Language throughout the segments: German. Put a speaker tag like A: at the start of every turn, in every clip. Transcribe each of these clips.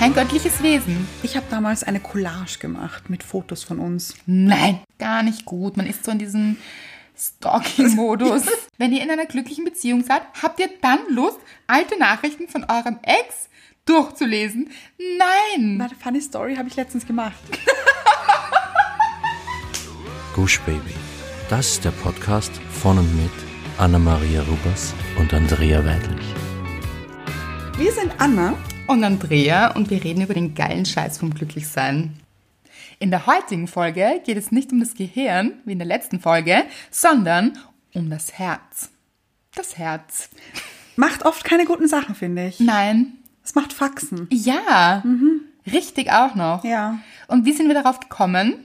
A: ein göttliches Wesen.
B: Ich habe damals eine Collage gemacht mit Fotos von uns.
A: Mhm. Nein, gar nicht gut. Man ist so in diesem Stalking-Modus. Wenn ihr in einer glücklichen Beziehung seid, habt ihr dann Lust, alte Nachrichten von eurem Ex durchzulesen? Nein!
B: Warte, Funny Story habe ich letztens gemacht.
C: Gush Baby. Das ist der Podcast von und mit Anna-Maria Rubers und Andrea Weidlich.
B: Wir sind Anna.
A: Und Andrea und wir reden über den geilen Scheiß vom Glücklichsein. In der heutigen Folge geht es nicht um das Gehirn, wie in der letzten Folge, sondern um das Herz. Das Herz.
B: Macht oft keine guten Sachen, finde
A: Mhm.
B: ich.
A: Nein.
B: Es macht Faxen.
A: Ja. Richtig auch noch.
B: Ja.
A: Und wie sind wir darauf gekommen?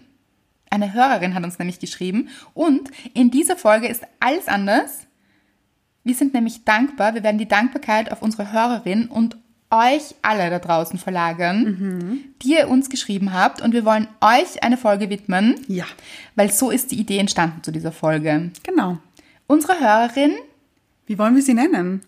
A: Eine Hörerin hat uns nämlich geschrieben und in dieser Folge ist alles anders. Wir sind nämlich dankbar. Wir werden die Dankbarkeit auf unsere Hörerin und euch alle da draußen verlagern, die ihr uns geschrieben habt und wir wollen euch eine Folge widmen,
B: Ja.
A: weil so ist die Idee entstanden zu dieser Folge.
B: Genau.
A: Unsere Hörerin,
B: Wie wollen wir sie nennen?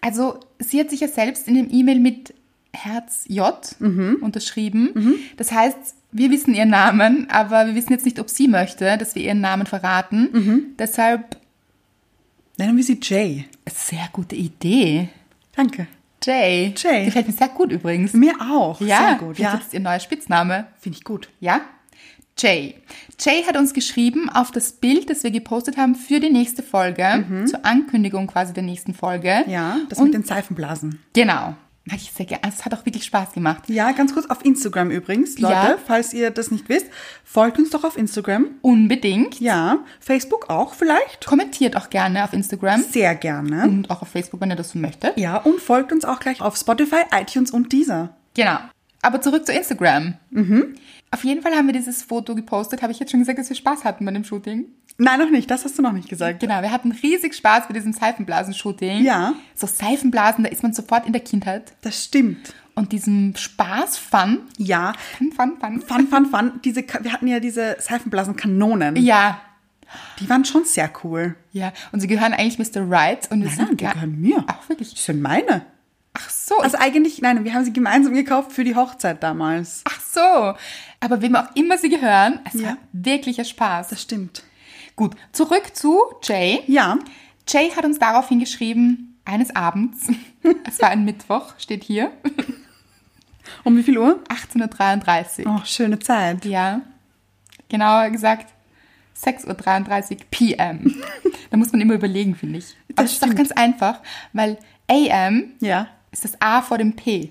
A: also sie hat sich ja selbst in dem E-Mail mit Herz J
B: Mhm.
A: unterschrieben. Das heißt, wir wissen ihren Namen, aber wir wissen jetzt nicht, ob sie möchte, dass wir ihren Namen verraten.
B: Mhm.
A: Deshalb
B: Nennen wir sie Jay.
A: sehr gute Idee.
B: Danke.
A: Jay.
B: Jay.
A: Gefällt mir sehr gut übrigens.
B: Mir auch.
A: ja,
B: Sehr gut.
A: Ja.
B: Ja.
A: Das ist ihr neuer Spitzname.
B: Finde ich gut.
A: Ja? Jay. Jay hat uns geschrieben auf das Bild, das wir gepostet haben für die nächste Folge, zur Ankündigung quasi der nächsten Folge.
B: Mhm. Ja, das
A: Und
B: mit den Seifenblasen.
A: genau. Mag ich sehr gerne. Es hat auch wirklich Spaß gemacht.
B: Ja, ganz kurz auf Instagram übrigens, Leute,
A: Ja.
B: falls ihr das nicht wisst, folgt uns doch auf Instagram.
A: Unbedingt.
B: Ja, Facebook auch vielleicht.
A: Kommentiert auch gerne auf Instagram
B: Sehr gerne.
A: und auch auf Facebook, wenn ihr das so möchtet.
B: Ja, und folgt uns auch gleich auf Spotify, iTunes und Deezer.
A: Genau. Aber zurück zu Instagram.
B: Mhm.
A: Auf jeden Fall haben wir dieses Foto gepostet. Habe ich jetzt schon gesagt, dass wir Spaß hatten bei dem Shooting?
B: Nein, noch nicht, das hast du noch nicht gesagt.
A: Genau, wir hatten riesig Spaß bei diesem Seifenblasen-Shooting.
B: Ja.
A: So Seifenblasen, da ist man sofort in der Kindheit.
B: Das stimmt.
A: Und diesem Spaß-Fun.
B: Ja.
A: Fun, fun, fun.
B: Fun, fun, fun. Diese, Ka- wir hatten ja diese Seifenblasenkanonen.
A: Ja,
B: Die waren schon sehr cool.
A: ja. Und sie gehören eigentlich Mr. Right. Und wir
B: Nein,
A: sind
B: nein, die
A: gar-
B: gehören mir.
A: Ach,
B: Die
A: wirklich?
B: sind meine.
A: Ach so,
B: Also eigentlich, nein, wir haben sie gemeinsam gekauft für die Hochzeit damals.
A: ach so. Aber wem auch immer sie gehören, es war
B: Ja.
A: wirklicher Spaß.
B: Das stimmt.
A: Gut, zurück zu Jay.
B: Ja.
A: Jay hat uns daraufhin geschrieben, eines Abends, es war ein Mittwoch, steht hier,
B: Um wie viel Uhr?
A: 18.33 Uhr.
B: Oh, schöne Zeit.
A: Ja, genauer gesagt 6.33 Uhr PM. da muss man immer überlegen, finde ich. Aber
B: Das
A: das ist doch
B: stimmt.
A: ganz einfach, weil AM
B: Ja.
A: ist das A vor dem P.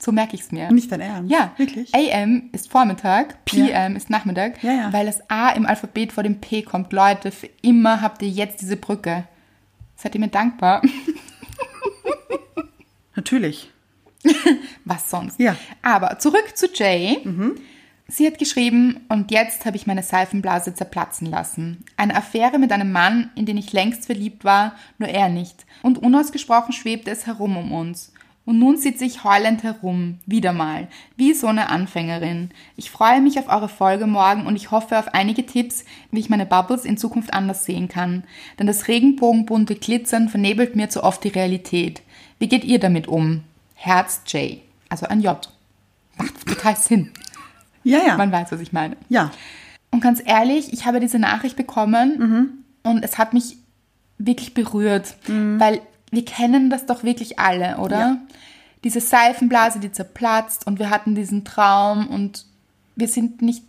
A: So merke ich es mir.
B: Nicht dein Ernst.
A: Ja,
B: Wirklich?
A: AM ist Vormittag, PM ist Nachmittag,
B: Ja, ja.
A: weil das A im Alphabet vor dem P kommt. Leute, für immer habt ihr jetzt diese Brücke. Seid ihr mir dankbar?
B: Natürlich.
A: Was sonst?
B: Ja.
A: Aber zurück zu Jay. Sie hat geschrieben, und jetzt habe ich meine Seifenblase zerplatzen lassen. Eine Affäre mit einem Mann, in den ich längst verliebt war, nur er nicht. Und unausgesprochen schwebte es herum um uns. Und nun sitze ich heulend herum, wieder mal, wie so eine Anfängerin. Ich freue mich auf eure Folge morgen und ich hoffe auf einige Tipps, wie ich meine Bubbles in Zukunft anders sehen kann. Denn das regenbogenbunte Glitzern vernebelt mir zu oft die Realität. Wie geht ihr damit um? Herz J, also ein J. Macht total Sinn.
B: Ja, ja.
A: Man weiß, was ich meine.
B: ja.
A: Und ganz ehrlich, ich habe diese Nachricht bekommen und es hat mich wirklich berührt, weil wir kennen das doch wirklich alle, oder?
B: Mhm. Ja.
A: Diese Seifenblase, die zerplatzt und wir hatten diesen Traum und wir sind nicht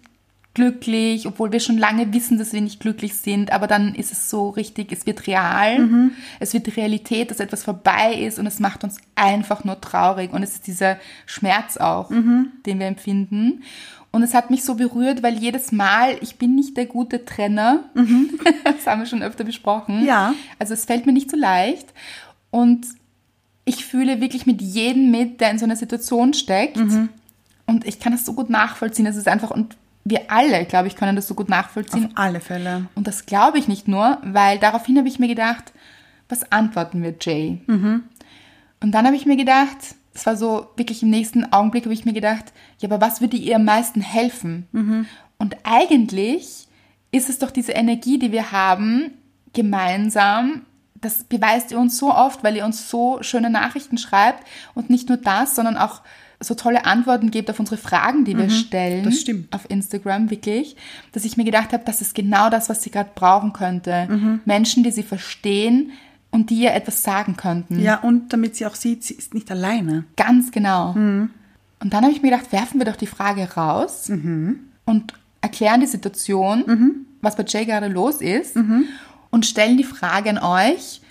A: glücklich, obwohl wir schon lange wissen, dass wir nicht glücklich sind, aber dann ist es so richtig, es wird real,
B: Mhm.
A: es wird die Realität, dass etwas vorbei ist und es macht uns einfach nur traurig und es ist dieser Schmerz auch,
B: Mhm.
A: den wir empfinden. Und es hat mich so berührt, weil jedes Mal, ich bin nicht der gute Trenner, das haben wir schon öfter besprochen.
B: Mhm. Ja.
A: Also es fällt mir nicht so leicht und ich fühle wirklich mit jedem mit, der in so einer Situation steckt. Und ich kann das so gut nachvollziehen. Es ist einfach, und wir alle, glaube ich, können das so gut
B: Auf
A: nachvollziehen.
B: alle Fälle.
A: Und das glaube ich nicht nur, weil daraufhin habe ich mir gedacht, was antworten wir Jay?
B: Mhm.
A: Und dann habe ich mir gedacht, es war so wirklich im nächsten Augenblick, habe ich mir gedacht, ja, aber was würde ihr am meisten helfen?
B: Mhm.
A: Und eigentlich ist es doch diese Energie, die wir haben, gemeinsam. Das beweist ihr uns so oft, weil ihr uns so schöne Nachrichten schreibt. Und nicht nur das, sondern auch so tolle Antworten gebt auf unsere Fragen, die wir stellen.
B: Mhm. das stimmt.
A: Auf Instagram, wirklich. Dass ich mir gedacht habe, das ist genau das, was sie gerade brauchen könnte. Menschen, die sie verstehen und die ihr etwas sagen könnten.
B: Ja, und damit sie auch sieht, sie ist nicht alleine.
A: Ganz genau. Und dann habe ich mir gedacht, werfen wir doch die Frage raus und erklären die Situation, was bei Jay gerade los ist und stellen die Frage an euch,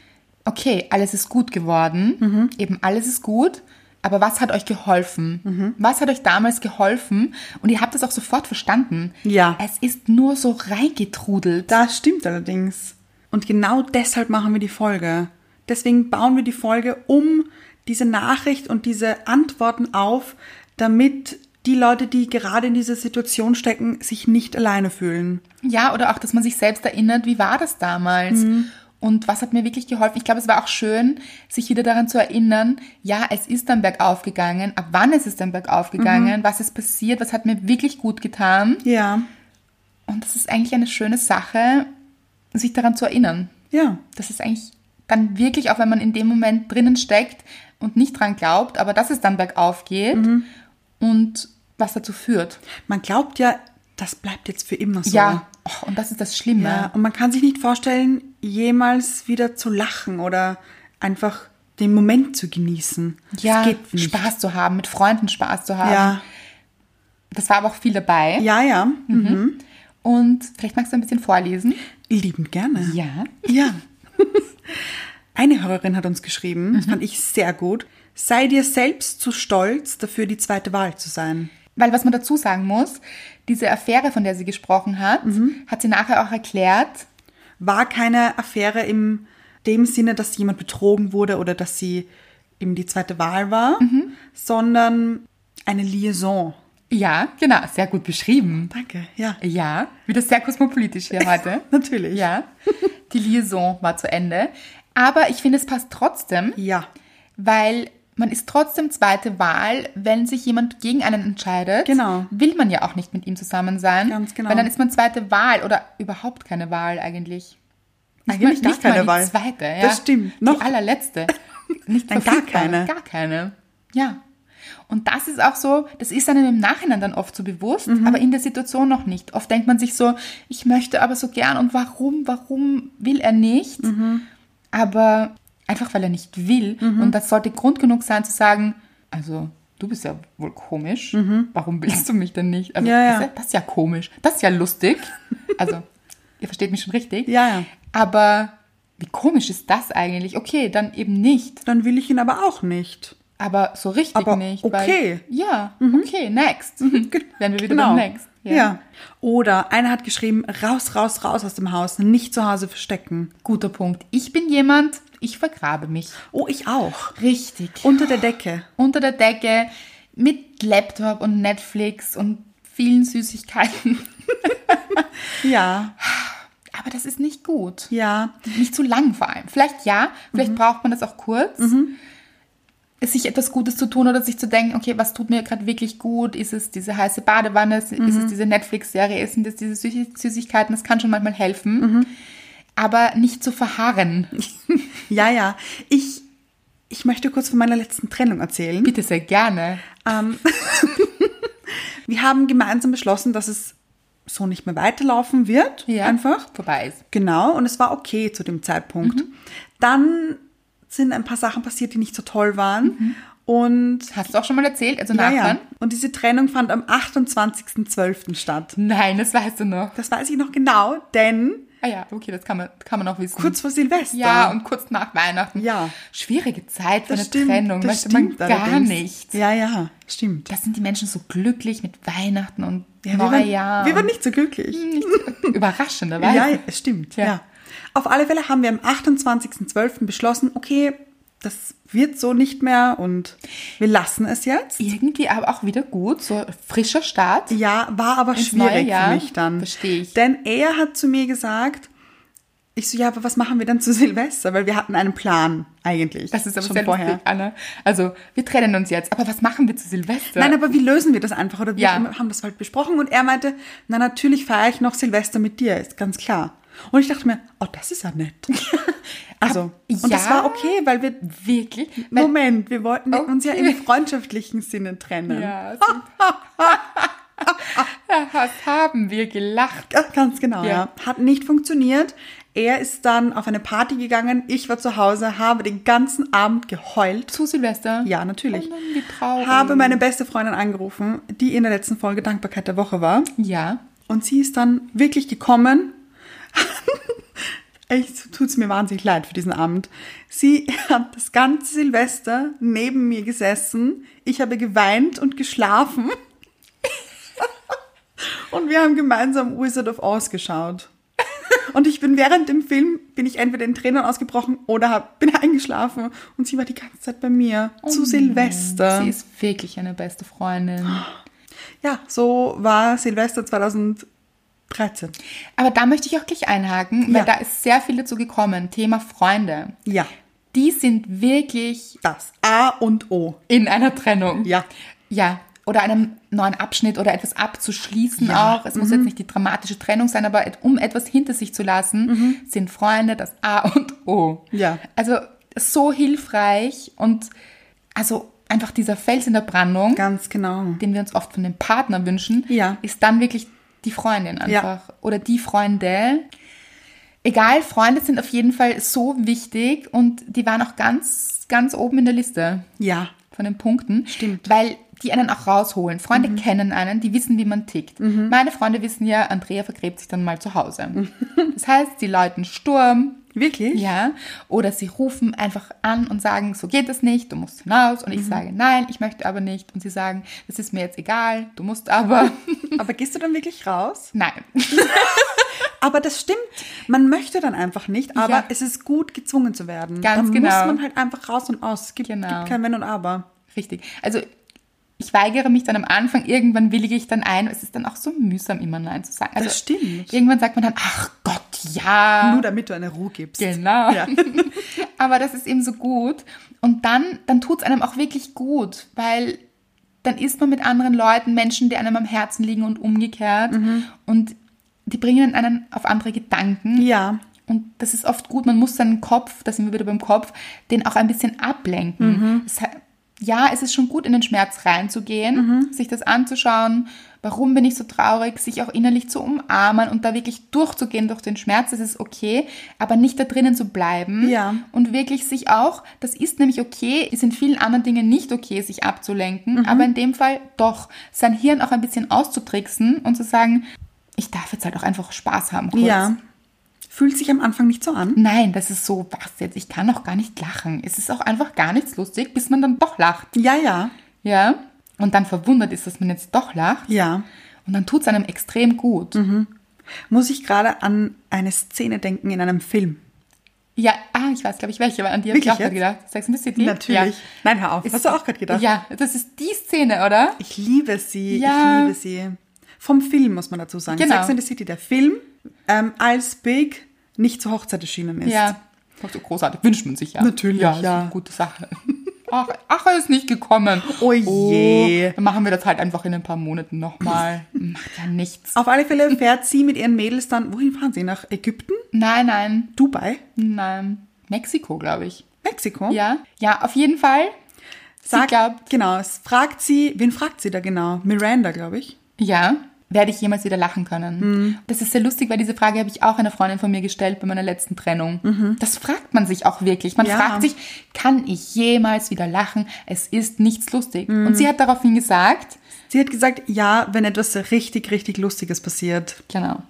A: okay, alles ist gut geworden, eben alles ist gut, aber was hat euch geholfen? Was hat euch damals geholfen? Und ihr habt das auch sofort verstanden.
B: Ja.
A: Es ist nur so reingetrudelt.
B: Das stimmt allerdings. Und genau deshalb machen wir die Folge. Deswegen bauen wir die Folge um diese Nachricht und diese Antworten auf, damit die Leute, die gerade in dieser Situation stecken, sich nicht alleine fühlen.
A: Ja, oder auch, dass man sich selbst erinnert, wie war das damals? Und was hat mir wirklich geholfen? Ich glaube, es war auch schön, sich wieder daran zu erinnern, ja, es ist dann bergauf gegangen, ab wann ist es dann bergauf gegangen, was ist passiert, was hat mir wirklich gut getan.
B: Ja,
A: Und das ist eigentlich eine schöne Sache, sich daran zu erinnern.
B: ja,
A: Das ist eigentlich dann wirklich, auch wenn man in dem Moment drinnen steckt und nicht dran glaubt, aber dass es dann bergauf geht und was dazu führt.
B: man glaubt ja, das bleibt jetzt für immer so.
A: Ja, Och, und das ist das Schlimme.
B: Ja, und man kann sich nicht vorstellen, jemals wieder zu lachen oder einfach den Moment zu genießen.
A: ja,
B: das geht nicht.
A: Spaß zu haben, mit Freunden Spaß zu haben.
B: Ja,
A: Das war aber auch viel dabei.
B: ja, ja. Mhm.
A: Und vielleicht magst du ein bisschen vorlesen.
B: Liebend gerne.
A: Ja.
B: Ja. Eine Hörerin hat uns geschrieben,
A: Mhm.
B: das fand ich sehr gut. Sei dir selbst zu stolz, dafür die zweite Wahl zu sein.
A: Weil was man dazu sagen muss, diese Affäre, von der sie gesprochen hat,
B: Mhm.
A: hat sie nachher auch erklärt.
B: War keine Affäre im dem Sinne, dass jemand betrogen wurde oder dass sie eben die zweite Wahl war,
A: Mhm.
B: sondern eine Liaison.
A: Ja, genau, sehr gut beschrieben.
B: Danke, ja.
A: Ja, wieder sehr kosmopolitisch hier heute.
B: Natürlich.
A: ja. Die Liaison war zu Ende. Aber ich finde, es passt trotzdem,
B: Ja,
A: weil man ist trotzdem zweite Wahl, wenn sich jemand gegen einen entscheidet.
B: Genau.
A: Will man ja auch nicht mit ihm zusammen sein.
B: Ganz genau.
A: Weil dann ist man zweite Wahl oder überhaupt keine Wahl eigentlich.
B: Eigentlich
A: mal-
B: nicht keine
A: mal die
B: Wahl.
A: Zweite, ja.
B: Das stimmt. Noch-
A: Die allerletzte. Nicht
B: Nein, gar
A: verfügbar,
B: keine.
A: Gar keine. Ja. Und das ist auch so, das ist einem im Nachhinein dann oft so bewusst, aber in der Situation noch nicht. Oft denkt man sich so, ich möchte aber so gern und warum, warum will er nicht? Aber einfach weil er nicht will. Und das sollte Grund genug sein zu sagen, also du bist ja wohl komisch, warum willst du mich denn nicht? Also,
B: Ja, ja.
A: Das, ist ja, das ist ja komisch, das ist ja lustig. Also ihr versteht mich schon richtig.
B: Ja, ja.
A: Aber wie komisch ist das eigentlich? Okay, dann eben nicht.
B: dann will ich ihn aber auch nicht.
A: Aber so richtig
B: Aber
A: nicht.
B: okay. Mhm. Genau.
A: Weil, ja, okay, next. Werden wir wieder beim Next.
B: Ja. Oder einer hat geschrieben, raus, raus, raus aus dem Haus, nicht zu Hause verstecken.
A: Guter Punkt. Ich bin jemand, ich vergrabe mich.
B: Oh, ich auch.
A: Richtig.
B: Unter der Decke.
A: Unter der Decke mit Laptop und Netflix und vielen Süßigkeiten.
B: Ja,
A: Aber das ist nicht gut.
B: ja,
A: Nicht zu lang vor allem. Vielleicht ja,
B: Mhm.
A: vielleicht braucht man das auch kurz. Sich etwas Gutes zu tun oder sich zu denken, okay, was tut mir gerade wirklich gut? Ist es diese heiße Badewanne? Ist, ist
B: Mhm.
A: es diese Netflix-Serie? Sind es diese Süß- Süßigkeiten? Das kann schon manchmal helfen.
B: Mhm.
A: Aber nicht zu verharren.
B: ja, ja. Ich, ich möchte kurz von meiner letzten Trennung erzählen.
A: Bitte sehr gerne.
B: Wir haben gemeinsam beschlossen, dass es so nicht mehr weiterlaufen wird. Einfach.
A: Vorbei ist.
B: Genau, und es war okay zu dem Zeitpunkt.
A: Mhm.
B: Dann sind ein paar Sachen passiert, die nicht so toll waren.
A: Mhm.
B: Und
A: Hast du auch schon mal erzählt? Also
B: ja, ja.
A: nachhören?
B: Und diese Trennung fand am 28.12. statt.
A: Nein, das weißt du noch.
B: Das weiß ich noch genau, denn
A: Ah ja, okay, das kann man, kann man auch wissen.
B: kurz vor Silvester.
A: ja, und kurz nach Weihnachten.
B: Ja.
A: Schwierige Zeit für
B: das
A: eine
B: stimmt,
A: Trennung.
B: das
A: möchte man
B: stimmt
A: gar
B: allerdings.
A: nicht.
B: Ja, ja, stimmt.
A: Da sind die Menschen so glücklich mit Weihnachten und
B: Ja, wir, waren,
A: Neujahr.
B: wir waren nicht so glücklich.
A: Überraschenderweise.
B: Ja, ja, stimmt.
A: Hm, Ja.
B: Ja. Auf alle Fälle haben wir am 28.12. beschlossen, okay, das wird so nicht mehr und wir lassen es jetzt.
A: Irgendwie aber auch wieder gut, so frischer Start.
B: Ja, war aber
A: Ins neue
B: schwierig
A: Jahr.
B: für mich dann.
A: Verstehe ich.
B: Denn er hat zu mir gesagt, ich so, ja, aber was machen wir dann zu Silvester? Weil wir hatten einen Plan eigentlich.
A: Das ist aber
B: schon
A: sehr
B: vorher.
A: lustig, Anna. Also, wir trennen uns jetzt. Aber was machen wir zu Silvester?
B: Nein, aber wie lösen wir das einfach? Oder wir
A: Ja.
B: haben das halt besprochen und er meinte, na natürlich feiere ich noch Silvester mit dir, ist ganz klar. Und ich dachte mir, oh, das ist ja nett. Also,
A: Ab-
B: und das
A: ja.
B: war okay, weil wir.
A: Wirklich? Weil-
B: Moment, wir wollten
A: Okay.
B: uns ja im freundschaftlichen Sinne trennen.
A: Ja, so- was haben wir gelacht?
B: Ja, Ganz genau, ja.
A: Ja.
B: Hat nicht funktioniert. Er ist dann auf eine Party gegangen, ich war zu Hause, habe den ganzen Abend geheult.
A: Zu Silvester?
B: Ja, natürlich.
A: Oh Mann, wie traurig.
B: Habe meine beste Freundin angerufen, die in der letzten Folge Dankbarkeit der Woche war.
A: Ja.
B: Und sie ist dann wirklich gekommen. Echt, tut's mir wahnsinnig leid für diesen Abend. Sie hat das ganze Silvester neben mir gesessen. Ich habe geweint und geschlafen. Und wir haben gemeinsam Wizard of Oz geschaut. Und ich bin während dem Film, bin ich entweder in Tränen ausgebrochen oder hab, bin eingeschlafen. Und sie war die ganze Zeit bei mir. zu Silvester.
A: Oh Sie ist wirklich eine beste Freundin.
B: Ja, so war Silvester 2013.
A: Aber da möchte ich auch gleich einhaken, weil
B: Ja.
A: da ist sehr viel dazu gekommen. Thema Freunde.
B: Ja.
A: Die sind wirklich
B: Das A und O.
A: in einer Trennung.
B: Ja.
A: Ja. Oder einem neuen Abschnitt oder etwas abzuschließen
B: Ja. Mhm.
A: auch. Es muss jetzt nicht die dramatische Trennung sein, aber et- um etwas hinter sich zu lassen, sind Freunde das A und O.
B: Mhm. Ja.
A: Also so hilfreich und also einfach dieser Fels in der Brandung,
B: Ganz genau.
A: den wir uns oft von dem Partner wünschen,
B: Ja.
A: ist dann wirklich die Freundin einfach. Oder die Freunde. Egal, Freunde sind auf jeden Fall so wichtig und die waren auch ganz, ganz oben in der Liste
B: Ja.
A: von den Punkten.
B: Stimmt. Mhm.
A: Weil die einen auch rausholen. Freunde kennen einen, die wissen, wie man tickt. Meine Freunde wissen ja, Andrea vergräbt sich dann mal zu
B: Mhm.
A: Hause. Das heißt, sie läuten Sturm.
B: Wirklich?
A: Ja, oder sie rufen einfach an und sagen, so geht es nicht, du musst hinaus. Und ich
B: Mhm.
A: sage, nein, ich möchte aber nicht. Und sie sagen, das ist mir jetzt egal, du musst aber.
B: Aber gehst du dann wirklich raus?
A: nein.
B: Aber das stimmt. Man möchte dann einfach nicht, aber
A: Ja.
B: es ist gut, gezwungen zu werden.
A: Ganz
B: dann muss
A: genau.
B: man halt einfach raus und aus. Es gibt,
A: Genau.
B: gibt kein Wenn und Aber.
A: Richtig. Also ich weigere mich dann am Anfang, irgendwann willige ich dann ein. Es ist dann auch so mühsam, immer Nein zu sagen. Also
B: stimmt.
A: Irgendwann sagt man dann, ach Gott, ja.
B: Nur damit du eine Ruhe gibst.
A: Genau.
B: Ja.
A: Aber das ist eben so gut. Und dann, dann tut es einem auch wirklich gut, weil dann ist man mit anderen Leuten, Menschen, die einem am Herzen liegen und umgekehrt. Und die bringen einen auf andere Gedanken.
B: ja.
A: Und das ist oft gut. Man muss seinen Kopf, da sind wir wieder beim Kopf, den auch ein bisschen ablenken.
B: Mhm.
A: Das he- ja, es ist schon gut, in den Schmerz reinzugehen,
B: Mhm.
A: sich das anzuschauen. Warum bin ich so traurig? Sich auch innerlich zu umarmen und da wirklich durchzugehen durch den Schmerz, das ist okay, aber nicht da drinnen zu bleiben.
B: Ja.
A: Und wirklich sich auch, das ist nämlich okay, ist in vielen anderen Dingen nicht okay, sich abzulenken,
B: Mhm.
A: aber in dem Fall doch, sein Hirn auch ein bisschen auszutricksen und zu sagen, ich darf jetzt halt auch einfach Spaß haben. Kurz.
B: Ja. Fühlt sich am Anfang nicht so an.
A: Nein, das ist so, was jetzt? Ich kann auch gar nicht lachen. Es ist auch einfach gar nichts lustig, bis man dann doch lacht.
B: Ja, ja.
A: Ja? Und dann verwundert ist, dass man jetzt doch lacht.
B: Ja. Mhm.
A: Und dann tut es einem extrem gut.
B: Muss ich gerade an eine Szene denken in einem Film.
A: Ja, ah, ich weiß, glaube ich, welche, aber an die habe ich
B: Wirklich
A: auch gerade gedacht. Sex and the City? Ja.
B: Nein, hör auf.
A: Ist-
B: Hast du auch gerade gedacht?
A: Ja, das ist die Szene, oder?
B: Ich liebe sie,
A: Ja.
B: ich liebe sie. Vom Film muss man dazu sagen.
A: Genau.
B: Sex and the City, der Film, ähm, als Big nicht zur Hochzeit erschienen ist.
A: Ja. Also großartig, wünscht man sich ja.
B: Natürlich,
A: ja. Ist
B: ja.
A: eine gute Sache. Ach, ach, er ist nicht gekommen.
B: Oh je.
A: dann machen wir das halt einfach in ein paar Monaten nochmal. Macht ja nichts.
B: Auf alle Fälle fährt sie mit ihren Mädels dann, wohin fahren sie? Nach Ägypten,
A: Nein, nein,
B: Dubai,
A: nein. Mexiko, glaube ich.
B: Mexiko?
A: Ja, ja, auf jeden Fall.
B: Sagt,
A: glaubt-
B: Genau, es fragt sie, wen fragt sie da genau? Miranda, glaube ich.
A: Ja, werde ich jemals wieder lachen können.
B: Mhm.
A: Das ist sehr lustig, weil diese Frage habe ich auch einer Freundin von mir gestellt bei meiner letzten Trennung. Das fragt man sich auch wirklich. Man
B: Mhm. Ja.
A: fragt sich, kann ich jemals wieder lachen? Es ist nichts lustig.
B: Mhm.
A: Und sie hat daraufhin gesagt,
B: Sie hat gesagt, ja, wenn etwas richtig, richtig Lustiges passiert.
A: genau,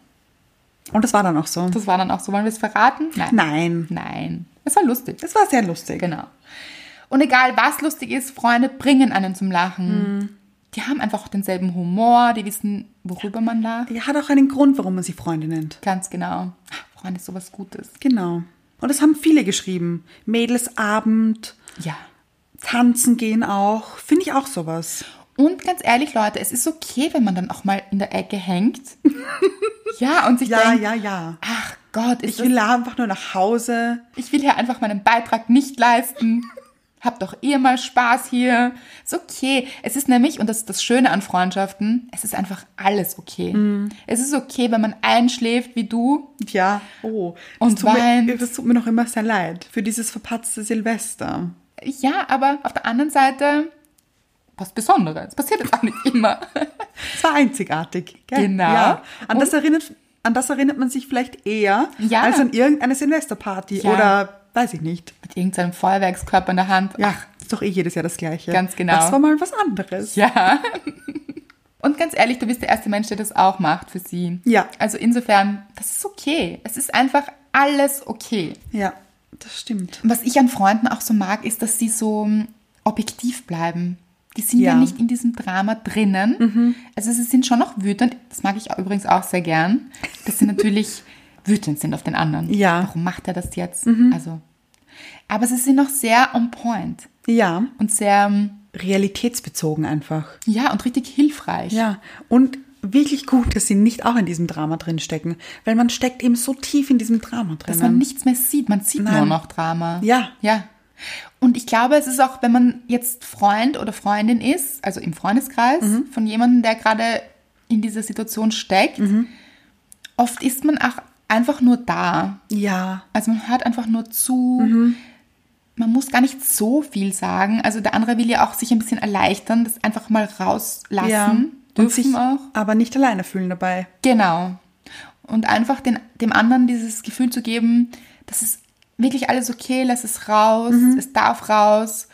B: Und das war dann auch so.
A: das war dann auch so. Wollen wir es verraten? Nein.
B: Nein,
A: Nein. Es war lustig.
B: das war sehr lustig.
A: Genau. Und egal, was lustig ist, Freunde bringen einen zum Lachen.
B: Mhm.
A: Die haben einfach auch denselben Humor, die wissen, worüber man lacht.
B: Hat auch einen Grund, warum man sie Freunde nennt.
A: Ganz genau. Freunde ist sowas Gutes.
B: Genau. Und das haben viele geschrieben. Mädelsabend,
A: Ja.
B: tanzen gehen auch. Finde ich auch sowas.
A: Und ganz ehrlich, Leute, es ist okay, wenn man dann auch mal in der Ecke hängt. ja, und sich
B: Ja,
A: denkt,
B: ja, ja.
A: ach Gott, ist
B: Ich
A: das,
B: will einfach nur nach Hause.
A: ich will hier einfach meinen Beitrag nicht leisten. Habt doch eh mal Spaß hier. Ist okay. Es ist nämlich, und das ist das Schöne an Freundschaften, es ist einfach alles okay. Es ist okay, wenn man einschläft wie du.
B: Ja, oh.
A: Und
B: das tut, mir,
A: weinst.
B: das tut mir noch immer sehr leid für dieses verpatzte Silvester.
A: Ja, aber auf der anderen Seite was Besonderes. Passiert jetzt auch nicht immer.
B: Es war einzigartig. Gell?
A: Genau.
B: Ja. An,
A: Und-
B: das erinnert, an das erinnert man sich vielleicht eher
A: Ja.
B: als an irgendeine Silvesterparty
A: Ja.
B: oder weiß ich nicht.
A: Mit irgendeinem Feuerwerkskörper in der Hand.
B: Ja, ist doch eh jedes Jahr das Gleiche.
A: Ganz genau.
B: Das war mal was anderes.
A: Ja. Und ganz ehrlich, du bist der erste Mensch, der das auch macht für sie.
B: Ja.
A: Also insofern, das ist okay. Es ist einfach alles okay.
B: Ja, das stimmt.
A: Und was ich an Freunden auch so mag, ist, dass sie so mm, objektiv bleiben. Die sind ja,
B: Ja. Mhm.
A: nicht in diesem Drama drinnen. Also sie sind schon noch wütend. Das mag ich auch- übrigens auch sehr gern, dass sie natürlich wütend sind auf den anderen.
B: Ja. Mhm.
A: Warum macht er das jetzt? Also. Aber sie sind noch sehr on point
B: Ja,
A: und sehr, mm,
B: realitätsbezogen einfach.
A: ja, und richtig hilfreich.
B: Ja, und wirklich gut, dass sie nicht auch in diesem Drama drin stecken, weil man steckt eben so tief in diesem Drama drin.
A: dass man nichts mehr sieht. Man sieht
B: Nein.
A: nur noch Drama.
B: Ja.
A: Ja. Und ich glaube, es ist auch, wenn man jetzt Freund oder Freundin ist, also im Freundeskreis
B: Mhm.
A: von jemandem, der gerade in dieser Situation steckt,
B: Mhm.
A: oft ist man auch einfach nur da.
B: ja,
A: Also man hört einfach nur zu.
B: Mhm.
A: Man muss gar nicht so viel sagen. Also der andere will ja auch sich ein bisschen erleichtern, das einfach mal rauslassen.
B: ja. Und
A: Dürfen
B: sich
A: auch.
B: aber nicht alleine fühlen dabei.
A: Genau. Und einfach den, dem anderen dieses Gefühl zu geben, das ist wirklich alles okay, lass es raus,
B: Mhm.
A: es darf raus.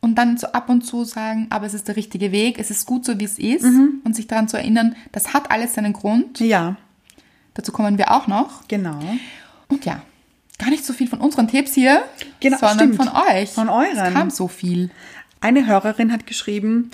A: Und dann so ab und zu sagen, aber es ist der richtige Weg, es ist gut so, wie es ist.
B: Mhm.
A: Und sich daran zu erinnern, das hat alles seinen Grund.
B: Ja,
A: Dazu kommen wir auch noch.
B: genau.
A: Und ja, gar nicht so viel von unseren Tipps hier,
B: Genau,
A: sondern
B: stimmt.
A: von euch.
B: Von euren.
A: Es kam so viel.
B: Eine Hörerin hat geschrieben,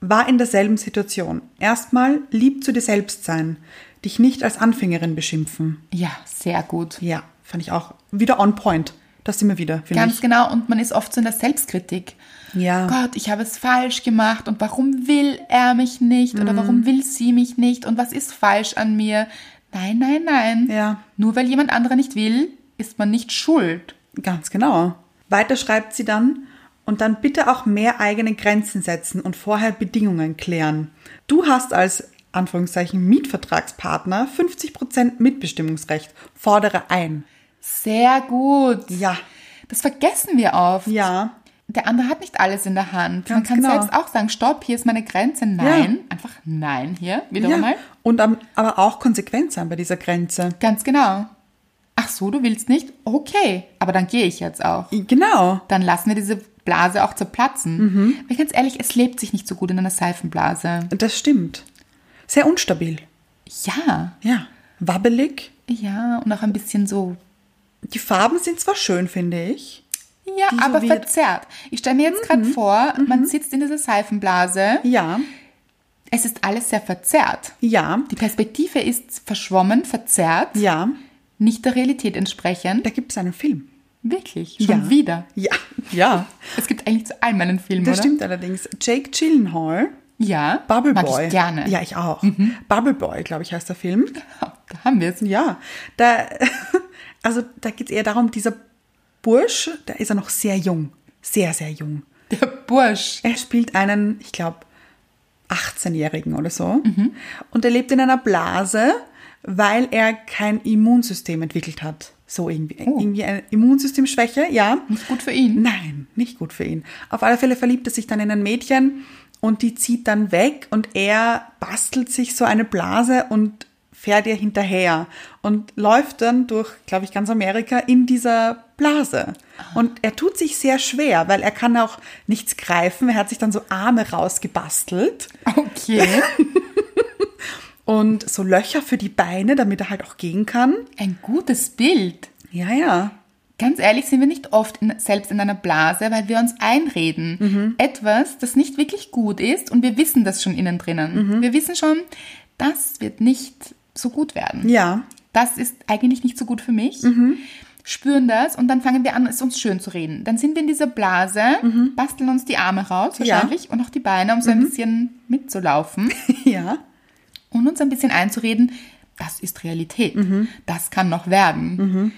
B: war in derselben Situation. Erstmal lieb zu dir selbst sein, dich nicht als Anfängerin beschimpfen.
A: Ja, sehr gut.
B: Ja, fand ich auch wieder on point. Das sind wir wieder, finde
A: Ganz
B: ich.
A: genau. Und man ist oft so in der Selbstkritik.
B: Ja.
A: Oh Gott, ich habe es falsch gemacht und warum will er mich nicht oder
B: Mhm.
A: warum will sie mich nicht und was ist falsch an mir? Nein, nein, nein.
B: Ja.
A: Nur weil jemand anderer nicht will, ist man nicht schuld.
B: Ganz genau. Weiter schreibt sie dann, und dann bitte auch mehr eigene Grenzen setzen und vorher Bedingungen klären. Du hast als Anführungszeichen Mietvertragspartner 50% Mitbestimmungsrecht. Fordere ein.
A: Sehr gut.
B: Ja.
A: Das vergessen wir oft.
B: Ja,
A: Der andere hat nicht alles in der Hand.
B: Ganz
A: man kann
B: genau.
A: selbst auch sagen, stopp, hier ist meine Grenze. Nein. Einfach nein hier. Wieder
B: ja.
A: mal.
B: Und am, aber auch konsequent sein bei dieser Grenze.
A: Ganz genau. Ach so, du willst nicht? Okay. Aber dann gehe ich jetzt auch.
B: Genau.
A: dann lassen wir diese Blase auch zerplatzen.
B: Mhm.
A: Weil ganz ehrlich, es lebt sich nicht so gut in einer Seifenblase.
B: Das stimmt. Sehr unstabil.
A: Ja,
B: Ja. Wabbelig.
A: ja, und auch ein bisschen so,
B: Die Farben sind zwar schön, finde ich.
A: ja,
B: Die so Mhm.
A: aber
B: wird-
A: verzerrt. Ich stelle mir jetzt gerade vor, man sitzt in dieser Seifenblase,
B: Ja.
A: es ist alles sehr verzerrt.
B: Ja.
A: Die Perspektive ist verschwommen, verzerrt,
B: Ja.
A: nicht der Realität entsprechend.
B: Da gibt es einen Film.
A: Wirklich, schon
B: ja.
A: wieder.
B: Ja. Ja.
A: Es gibt eigentlich zu allem einen Film,
B: Das
A: oder?
B: stimmt allerdings. Jake Gyllenhaal,
A: Ja,
B: Bubble
A: mag
B: Boy.
A: ich gerne. Mhm. Oh,
B: Ja, ich auch. Bubble Boy, glaube ich, heißt der Film.
A: Da haben wir es.
B: Ja, da, also da geht es eher darum, dieser Bursch, da ist er noch sehr jung. Sehr, sehr jung.
A: Der Bursch.
B: Er spielt einen, ich glaube, 18-Jährigen oder so.
A: Mhm.
B: Und er lebt in einer Blase, weil er kein Immunsystem entwickelt hat. So irgendwie.
A: Oh.
B: Irgendwie eine Immunsystemschwäche, ja.
A: Nicht gut für ihn.
B: Nein, nicht gut für ihn. Auf alle Fälle verliebt er sich dann in ein Mädchen und die zieht dann weg und er bastelt sich so eine Blase und fährt ihr hinterher und läuft dann durch, glaube ich, ganz Amerika in dieser Blase. Und er tut sich sehr schwer, weil er kann auch nichts greifen. Er hat sich dann so Arme rausgebastelt
A: Okay,
B: und so Löcher für die Beine, damit er halt auch gehen kann.
A: ein gutes Bild.
B: Ja, ja.
A: Ganz ehrlich sind wir nicht oft in, selbst in einer Blase, weil wir uns einreden.
B: Mhm.
A: Etwas, das nicht wirklich gut ist und wir wissen das schon innen drinnen.
B: Mhm.
A: Wir wissen schon, das wird nicht so gut werden.
B: Ja, Mhm.
A: Das ist eigentlich nicht so gut für mich. Spüren das und dann fangen wir an, es uns schön zu reden. Dann sind wir in dieser Blase, basteln uns die Arme raus
B: Mhm. Ja. Mhm.
A: wahrscheinlich und auch die Beine, um so ein bisschen mitzulaufen
B: ja.
A: und uns ein bisschen einzureden, das ist Realität.
B: Mhm.
A: Das kann noch werden.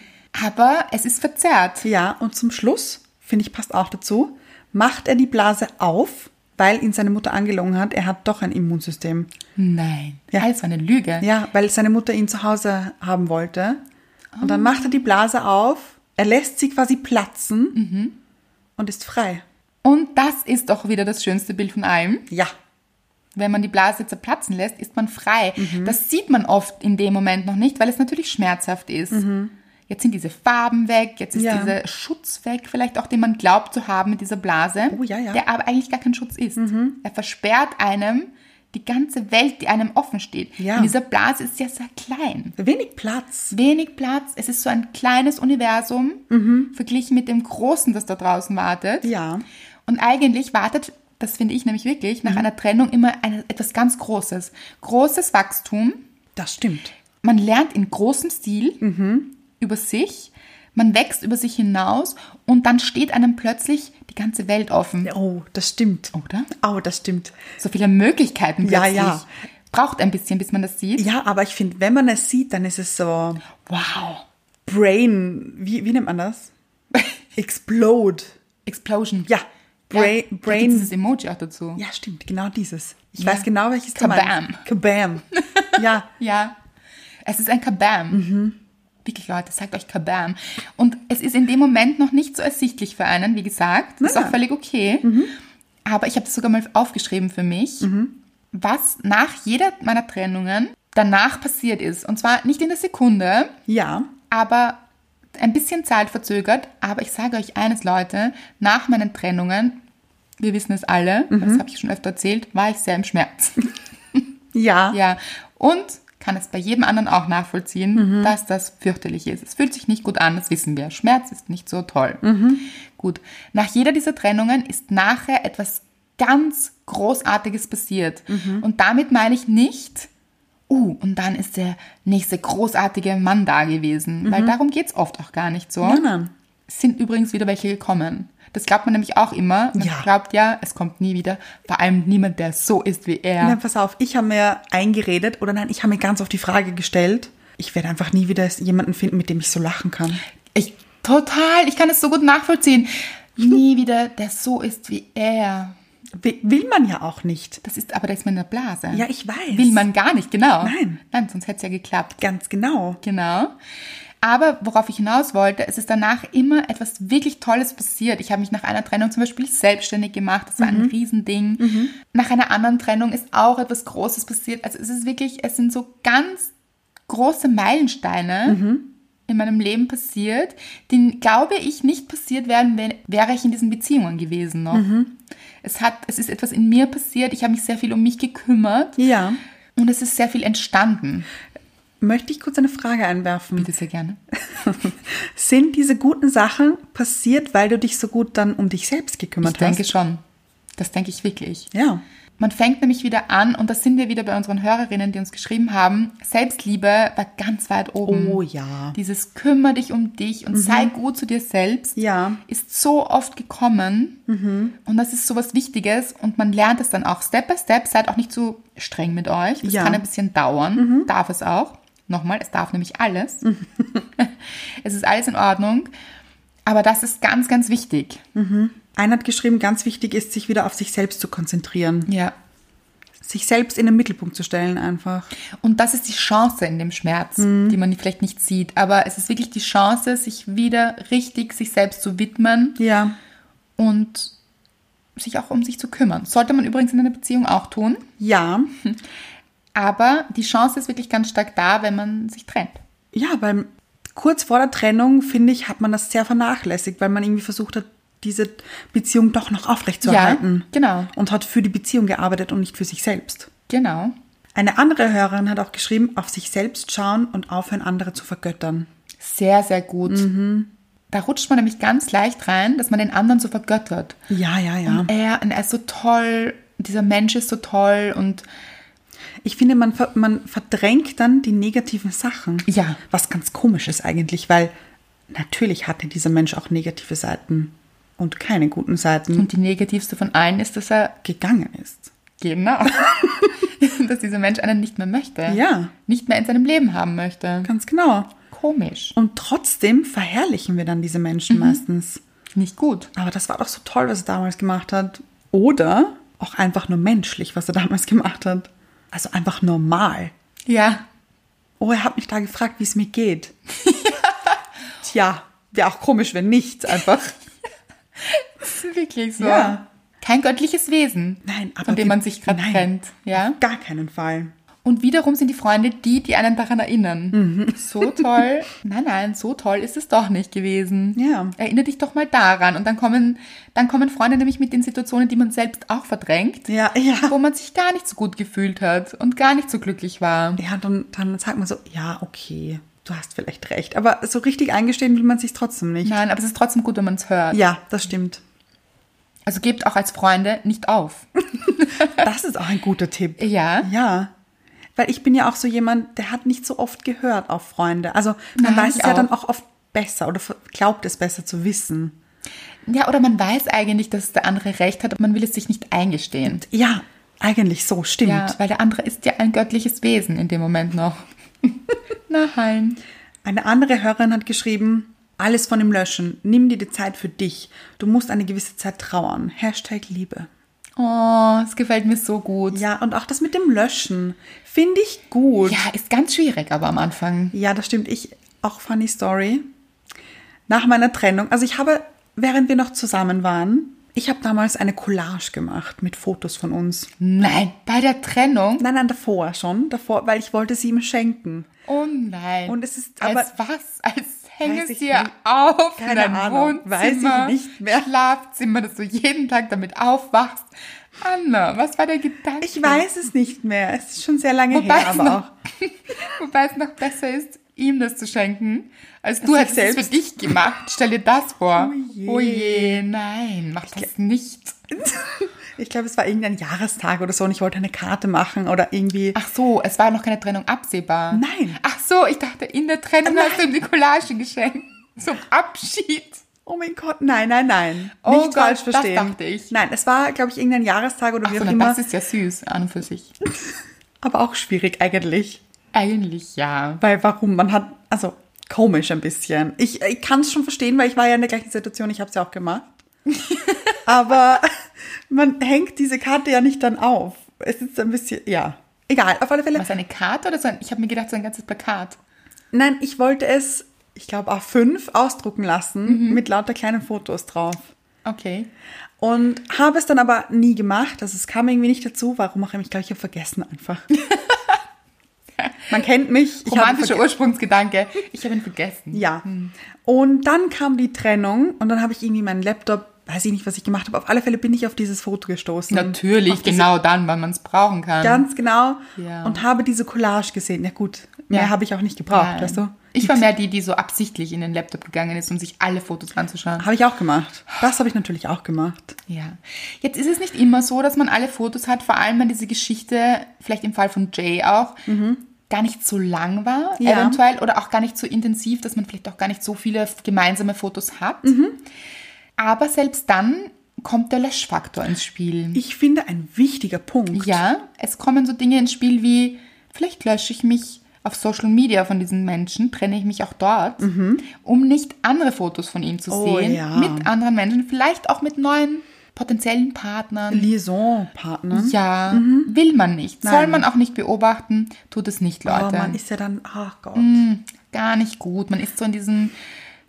A: Aber es ist verzerrt.
B: Ja, und zum Schluss, finde ich, passt auch dazu, macht er die Blase auf, weil ihn seine Mutter angelogen hat, er hat doch ein Immunsystem.
A: Nein. Ja. Das war eine Lüge.
B: Ja, weil seine Mutter ihn zu Hause haben wollte. Und dann macht er die Blase auf, er lässt sie quasi platzen Mhm. und ist frei.
A: Und das ist doch wieder das schönste Bild von allem.
B: Ja.
A: Wenn man die Blase zerplatzen lässt, ist man frei.
B: Mhm.
A: Das sieht man oft in dem Moment noch nicht, weil es natürlich schmerzhaft ist. Jetzt sind diese Farben weg, jetzt ist
B: Mhm. Ja.
A: dieser Schutz weg, vielleicht auch den man glaubt zu haben mit dieser Blase,
B: Oh, ja, Mhm. ja.
A: der aber eigentlich gar kein Schutz ist. Er versperrt einem die ganze Welt, die einem offen steht.
B: Ja.
A: In dieser Blase ist ja sehr klein.
B: Wenig Platz.
A: Wenig Platz, es ist so ein kleines Universum verglichen mit dem großen, das da draußen wartet.
B: Mhm. Ja. Mhm.
A: Und eigentlich wartet, das finde ich nämlich wirklich, nach einer Trennung immer eine, etwas ganz Großes. Großes Wachstum.
B: Das stimmt.
A: Man lernt in großem Stil
B: Mhm.
A: über sich, man wächst über sich hinaus und dann steht einem plötzlich die ganze Welt offen.
B: Oh, das stimmt.
A: Oder?
B: Oh, das stimmt.
A: So viele Möglichkeiten
B: Ja,
A: plötzlich.
B: ja.
A: Braucht ein bisschen, bis man das sieht.
B: Ja, aber ich finde, wenn man es sieht, dann ist es so
A: Wow.
B: Brain, wie, wie nennt man das? Explode.
A: Explosion.
B: Ja, Brain-
A: da
B: Brain-
A: gibt's dieses Emoji auch dazu.
B: Ja, stimmt, genau dieses. Ich weiß genau, welches du
A: Kabam.
B: meinst. Kabam. Ja,
A: Ja. Es ist ein Kabam. Wirklich, Leute, sagt euch Kabam. Und es ist in dem Moment noch nicht so ersichtlich für einen, wie gesagt. Das ist
B: Naja.
A: auch völlig okay. Aber ich habe es sogar mal aufgeschrieben für mich, was nach jeder meiner Trennungen danach passiert ist. Und zwar nicht in der Sekunde,
B: ja.
A: aber ein bisschen Zeit verzögert. Aber ich sage euch eines, Leute, nach meinen Trennungen, wir wissen es alle, das habe ich schon öfter erzählt, war ich sehr im Schmerz.
B: Ja.
A: Ja, und kann es bei jedem anderen auch nachvollziehen,
B: Mhm.
A: dass das fürchterlich ist. Es fühlt sich nicht gut an, das wissen wir. Schmerz ist nicht so toll.
B: Mhm.
A: Gut, nach jeder dieser Trennungen ist nachher etwas ganz Großartiges passiert.
B: Mhm.
A: Und damit meine ich nicht, uh, und dann ist der nächste großartige Mann da gewesen. Weil darum geht es oft auch gar nicht so.
B: Mhm. Nein, nein.
A: Es sind übrigens wieder welche gekommen. Das glaubt man nämlich auch immer. Man
B: Ja.
A: glaubt ja, es kommt nie wieder. Vor allem niemand, der so ist wie er.
B: Nein, pass auf, ich habe mir eingeredet oder nein, ich habe mir ganz oft die Frage gestellt, ich werde einfach nie wieder jemanden finden, mit dem ich so lachen kann.
A: Ich, total, ich kann es so gut nachvollziehen. Nie wieder, der so ist wie er.
B: Wi- Will man ja auch nicht.
A: Das ist aber, da ist man in der Blase.
B: Ja, ich weiß.
A: Will man gar nicht, genau.
B: Nein.
A: Nein, sonst hätte es ja geklappt.
B: Ganz genau.
A: Genau. Aber worauf ich hinaus wollte, es ist danach immer etwas wirklich Tolles passiert. Ich habe mich nach einer Trennung zum Beispiel selbstständig gemacht. Das war ein Riesending. Nach einer anderen Trennung ist auch etwas Großes passiert. Also es ist wirklich, es sind so ganz große Meilensteine in meinem Leben passiert, die, glaube ich, nicht passiert wären, wenn, wäre ich in diesen Beziehungen gewesen noch. Es, hat, es ist etwas in mir passiert. Ich habe mich sehr viel um mich gekümmert.
B: Ja.
A: Und es ist sehr viel entstanden.
B: Möchte ich kurz eine Frage einwerfen?
A: Bitte sehr gerne.
B: Sind diese guten Sachen passiert, weil du dich so gut dann um dich selbst gekümmert
A: Ich denke
B: hast?
A: schon. Das denke ich wirklich.
B: Ja.
A: Man fängt nämlich wieder an, und da sind wir wieder bei unseren Hörerinnen, die uns geschrieben haben, Selbstliebe war ganz weit oben.
B: Oh ja. Mhm.
A: Dieses kümmere dich um dich und sei gut zu dir selbst
B: Ja. Mhm.
A: ist so oft gekommen. Und das ist so was Wichtiges und man lernt es dann auch Step by Step. Seid auch nicht zu streng mit euch. Das
B: Ja. Mhm.
A: kann ein bisschen dauern. Darf es auch. Nochmal, es darf nämlich alles. es ist alles in Ordnung. Aber das ist ganz, ganz wichtig.
B: Einer hat geschrieben, ganz wichtig ist, sich wieder auf sich selbst zu konzentrieren.
A: Ja.
B: Sich selbst in den Mittelpunkt zu stellen einfach.
A: Und das ist die Chance in dem Schmerz, die man vielleicht nicht sieht. Aber es ist wirklich die Chance, sich wieder richtig sich selbst zu widmen
B: Ja.
A: und sich auch um sich zu kümmern. Sollte man übrigens in einer Beziehung auch tun.
B: Ja.
A: Aber die Chance ist wirklich ganz stark da, wenn man sich trennt.
B: Ja, weil kurz vor der Trennung, finde ich, hat man das sehr vernachlässigt, weil man irgendwie versucht hat, diese Beziehung doch noch aufrechtzuerhalten.
A: Ja, genau.
B: Und hat für die Beziehung gearbeitet und nicht für sich selbst.
A: Genau.
B: Eine andere Hörerin hat auch geschrieben, auf sich selbst schauen und aufhören, andere zu vergöttern.
A: Sehr, sehr gut. Da rutscht man nämlich ganz leicht rein, dass man den anderen so vergöttert.
B: Ja, ja, ja.
A: Er, und er ist so toll, dieser Mensch ist so toll und
B: Ich finde, man, ver man verdrängt dann die negativen Sachen.
A: Ja.
B: Was ganz komisch ist eigentlich, weil natürlich hatte dieser Mensch auch negative Seiten und keine guten Seiten
A: Und die negativste von allen ist, dass er
B: gegangen ist.
A: Genau. Dass dieser Mensch einen nicht mehr möchte.
B: Ja.
A: Nicht mehr in seinem Leben haben möchte.
B: Ganz genau.
A: Komisch.
B: Und trotzdem verherrlichen wir dann diese Menschen meistens.
A: Nicht gut.
B: Aber das war doch so toll, was er damals gemacht hat. Oder auch einfach nur menschlich, was er damals gemacht hat. Also einfach normal.
A: Ja.
B: Oh, er hat mich da gefragt, wie es mir geht. Tja, wäre auch komisch, wenn nicht Also, einfach.
A: Das ist wirklich so.
B: Ja.
A: Kein göttliches Wesen,
B: Nein, aber
A: von dem
B: wir-
A: man sich gerade
B: nein.
A: trennt. Ja?
B: Auf gar keinen Fall.
A: Und wiederum sind die Freunde die, die einen daran erinnern.
B: Mhm.
A: So toll. Nein, nein, so toll ist es doch nicht gewesen.
B: Ja.
A: Erinnere dich doch mal daran. Und dann kommen, dann kommen Freunde nämlich mit den Situationen, die man selbst auch verdrängt,
B: Ja, ja.
A: wo man sich gar nicht so gut gefühlt hat und gar nicht so glücklich war.
B: Ja, dann, dann sagt man so, ja, okay, du hast vielleicht recht. Aber so richtig eingestehen will man sich trotzdem nicht.
A: Nein, aber es ist trotzdem gut, wenn man es hört.
B: Ja, das stimmt.
A: Also gebt auch als Freunde nicht auf.
B: Das ist auch ein guter Tipp.
A: Ja.
B: Ja. Weil ich bin ja auch so jemand, der hat nicht so oft gehört auf Freunde. Also man
A: Nein,
B: weiß
A: ich
B: es ja
A: auch.
B: dann auch oft besser oder glaubt es besser zu wissen.
A: Ja, oder man weiß eigentlich, dass der andere recht hat, aber man will es sich nicht eingestehen.
B: Ja, eigentlich so, stimmt.
A: Ja, weil der andere ist ja ein göttliches Wesen in dem Moment noch. Nein.
B: Eine andere Hörerin hat geschrieben, alles von ihm löschen, nimm dir die Zeit für dich. Du musst eine gewisse Zeit trauern. Hashtag Liebe.
A: Oh, es gefällt mir so gut.
B: Ja, und auch das mit dem Löschen finde ich gut.
A: Ja, ist ganz schwierig, aber am Anfang.
B: Ja, das stimmt. Ich auch funny Story. Nach meiner Trennung, also ich habe, während wir noch zusammen waren, ich habe damals eine Collage gemacht mit Fotos von uns.
A: Nein, bei der Trennung?
B: Nein, nein, davor schon, davor, weil ich wollte sie ihm schenken.
A: Oh nein.
B: Und es ist
A: als
B: aber-
A: was? Als hänge
B: Weiß
A: es
B: ich
A: dir
B: nicht.
A: auf in
B: Keine
A: dein
B: Ahnung.
A: Wohnzimmer,
B: Weiß ich nicht mehr.
A: Schlafzimmer, dass du jeden Tag damit aufwachst. Anna, was war der Gedanke?
B: Ich weiß es nicht mehr. Es ist schon sehr lange
A: Wobei
B: her,
A: es
B: aber
A: noch-
B: auch.
A: Wobei es noch besser ist, ihm das zu schenken, als du
B: ich
A: hättest es für
B: selbst-
A: dich gemacht. Stell dir das vor.
B: Oh je.
A: Oh je, nein, mach das nicht.
B: Ich glaube, es war irgendein Jahrestag oder so und ich wollte eine Karte machen oder irgendwie.
A: Ach so, es war noch keine Trennung absehbar.
B: Nein.
A: Ach so, ich dachte, in der Trennung hast du ihm die Collage geschenkt. Zum Abschied.
B: Oh mein Gott, nein, nein, nein.
A: Oh
B: nicht
A: Gott,
B: falsch
A: das
B: verstehen.
A: dachte ich.
B: Nein, es war, glaube ich, irgendein Jahrestag oder
A: Ach
B: wie
A: so,
B: auch
A: na,
B: immer.
A: das ist ja süß an und für sich.
B: Aber auch schwierig eigentlich.
A: Eigentlich ja.
B: Weil warum? Man hat, also komisch ein bisschen. Ich, ich kann es schon verstehen, weil ich war ja in der gleichen Situation, ich habe es ja auch gemacht. Aber man hängt diese Karte ja nicht dann auf. Es ist ein bisschen, ja. Egal, auf alle Fälle.
A: Was, eine Karte oder so? ein- Ich habe mir gedacht, so ein ganzes Plakat.
B: Nein, ich wollte es, ich glaube, A5 ausdrucken lassen mit lauter kleinen Fotos drauf.
A: Okay.
B: Und habe es dann aber nie gemacht. Also es kam irgendwie nicht dazu. Warum auch immer, ich glaube, ich habe vergessen einfach. Man kennt mich. Ich habe
A: Romantischer Ursprungsgedanke. Ich habe ihn vergessen.
B: Ja. Hm. Und dann kam die Trennung und dann habe ich irgendwie meinen Laptop, weiß ich nicht, was ich gemacht habe. Auf alle Fälle bin ich auf dieses Foto gestoßen.
A: Natürlich,
B: Auf diese-
A: genau dann, wann man es brauchen kann.
B: Ganz genau.
A: Ja.
B: Und habe diese Collage gesehen. Ja gut, mehr
A: Ja.
B: habe ich auch nicht gebraucht,
A: Nein.
B: oh, weißt du?
A: Ich war mehr die, die so absichtlich in den Laptop gegangen ist, um sich alle Fotos anzuschauen.
B: Habe ich auch gemacht. Das habe ich natürlich auch gemacht.
A: Ja. Jetzt ist es nicht immer so, dass man alle Fotos hat, vor allem wenn diese Geschichte, vielleicht im Fall von Jay auch, gar nicht so lang war,
B: Ja.
A: eventuell, oder auch gar nicht so intensiv, dass man vielleicht auch gar nicht so viele gemeinsame Fotos hat. Aber selbst dann kommt der Löschfaktor ins Spiel.
B: Ich finde ein wichtiger Punkt.
A: Ja, es kommen so Dinge ins Spiel wie, vielleicht lösche ich mich auf Social Media von diesen Menschen, trenne ich mich auch dort, um nicht andere Fotos von ihm zu
B: Mhm. Oh,
A: sehen,
B: ja.
A: mit anderen Menschen, vielleicht auch mit neuen potenziellen Partnern.
B: Liaison-Partner.
A: ja, will man nicht. Soll
B: Mhm. Nein.
A: man auch nicht beobachten, tut es nicht, Leute.
B: Aber man Oh ist ja dann, ach Gott.
A: Hm. Gar nicht gut. Man ist so in diesem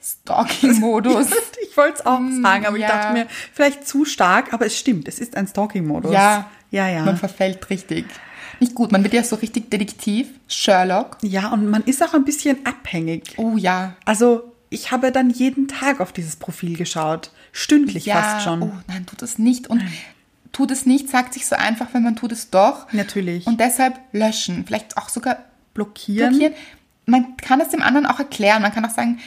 A: Stalking-Modus.
B: Ich wollte es auch sagen,
A: Hm, ja.
B: aber ich dachte mir, vielleicht zu stark, aber es stimmt, es ist ein Stalking-Modus.
A: ja,
B: Ja, ja.
A: Man verfällt richtig. Nicht gut. Man wird ja so richtig Detektiv, Sherlock.
B: Ja, und man ist auch ein bisschen abhängig.
A: Oh ja,
B: Also, ich habe dann jeden Tag auf dieses Profil geschaut. Stündlich fast schon.
A: Oh nein, tut es nicht. Und tut es nicht, sagt sich so einfach, wenn man tut es doch.
B: Natürlich.
A: Und deshalb löschen. Vielleicht auch sogar
B: blockieren.
A: blockieren. Man kann es dem anderen auch erklären. Man kann auch sagen,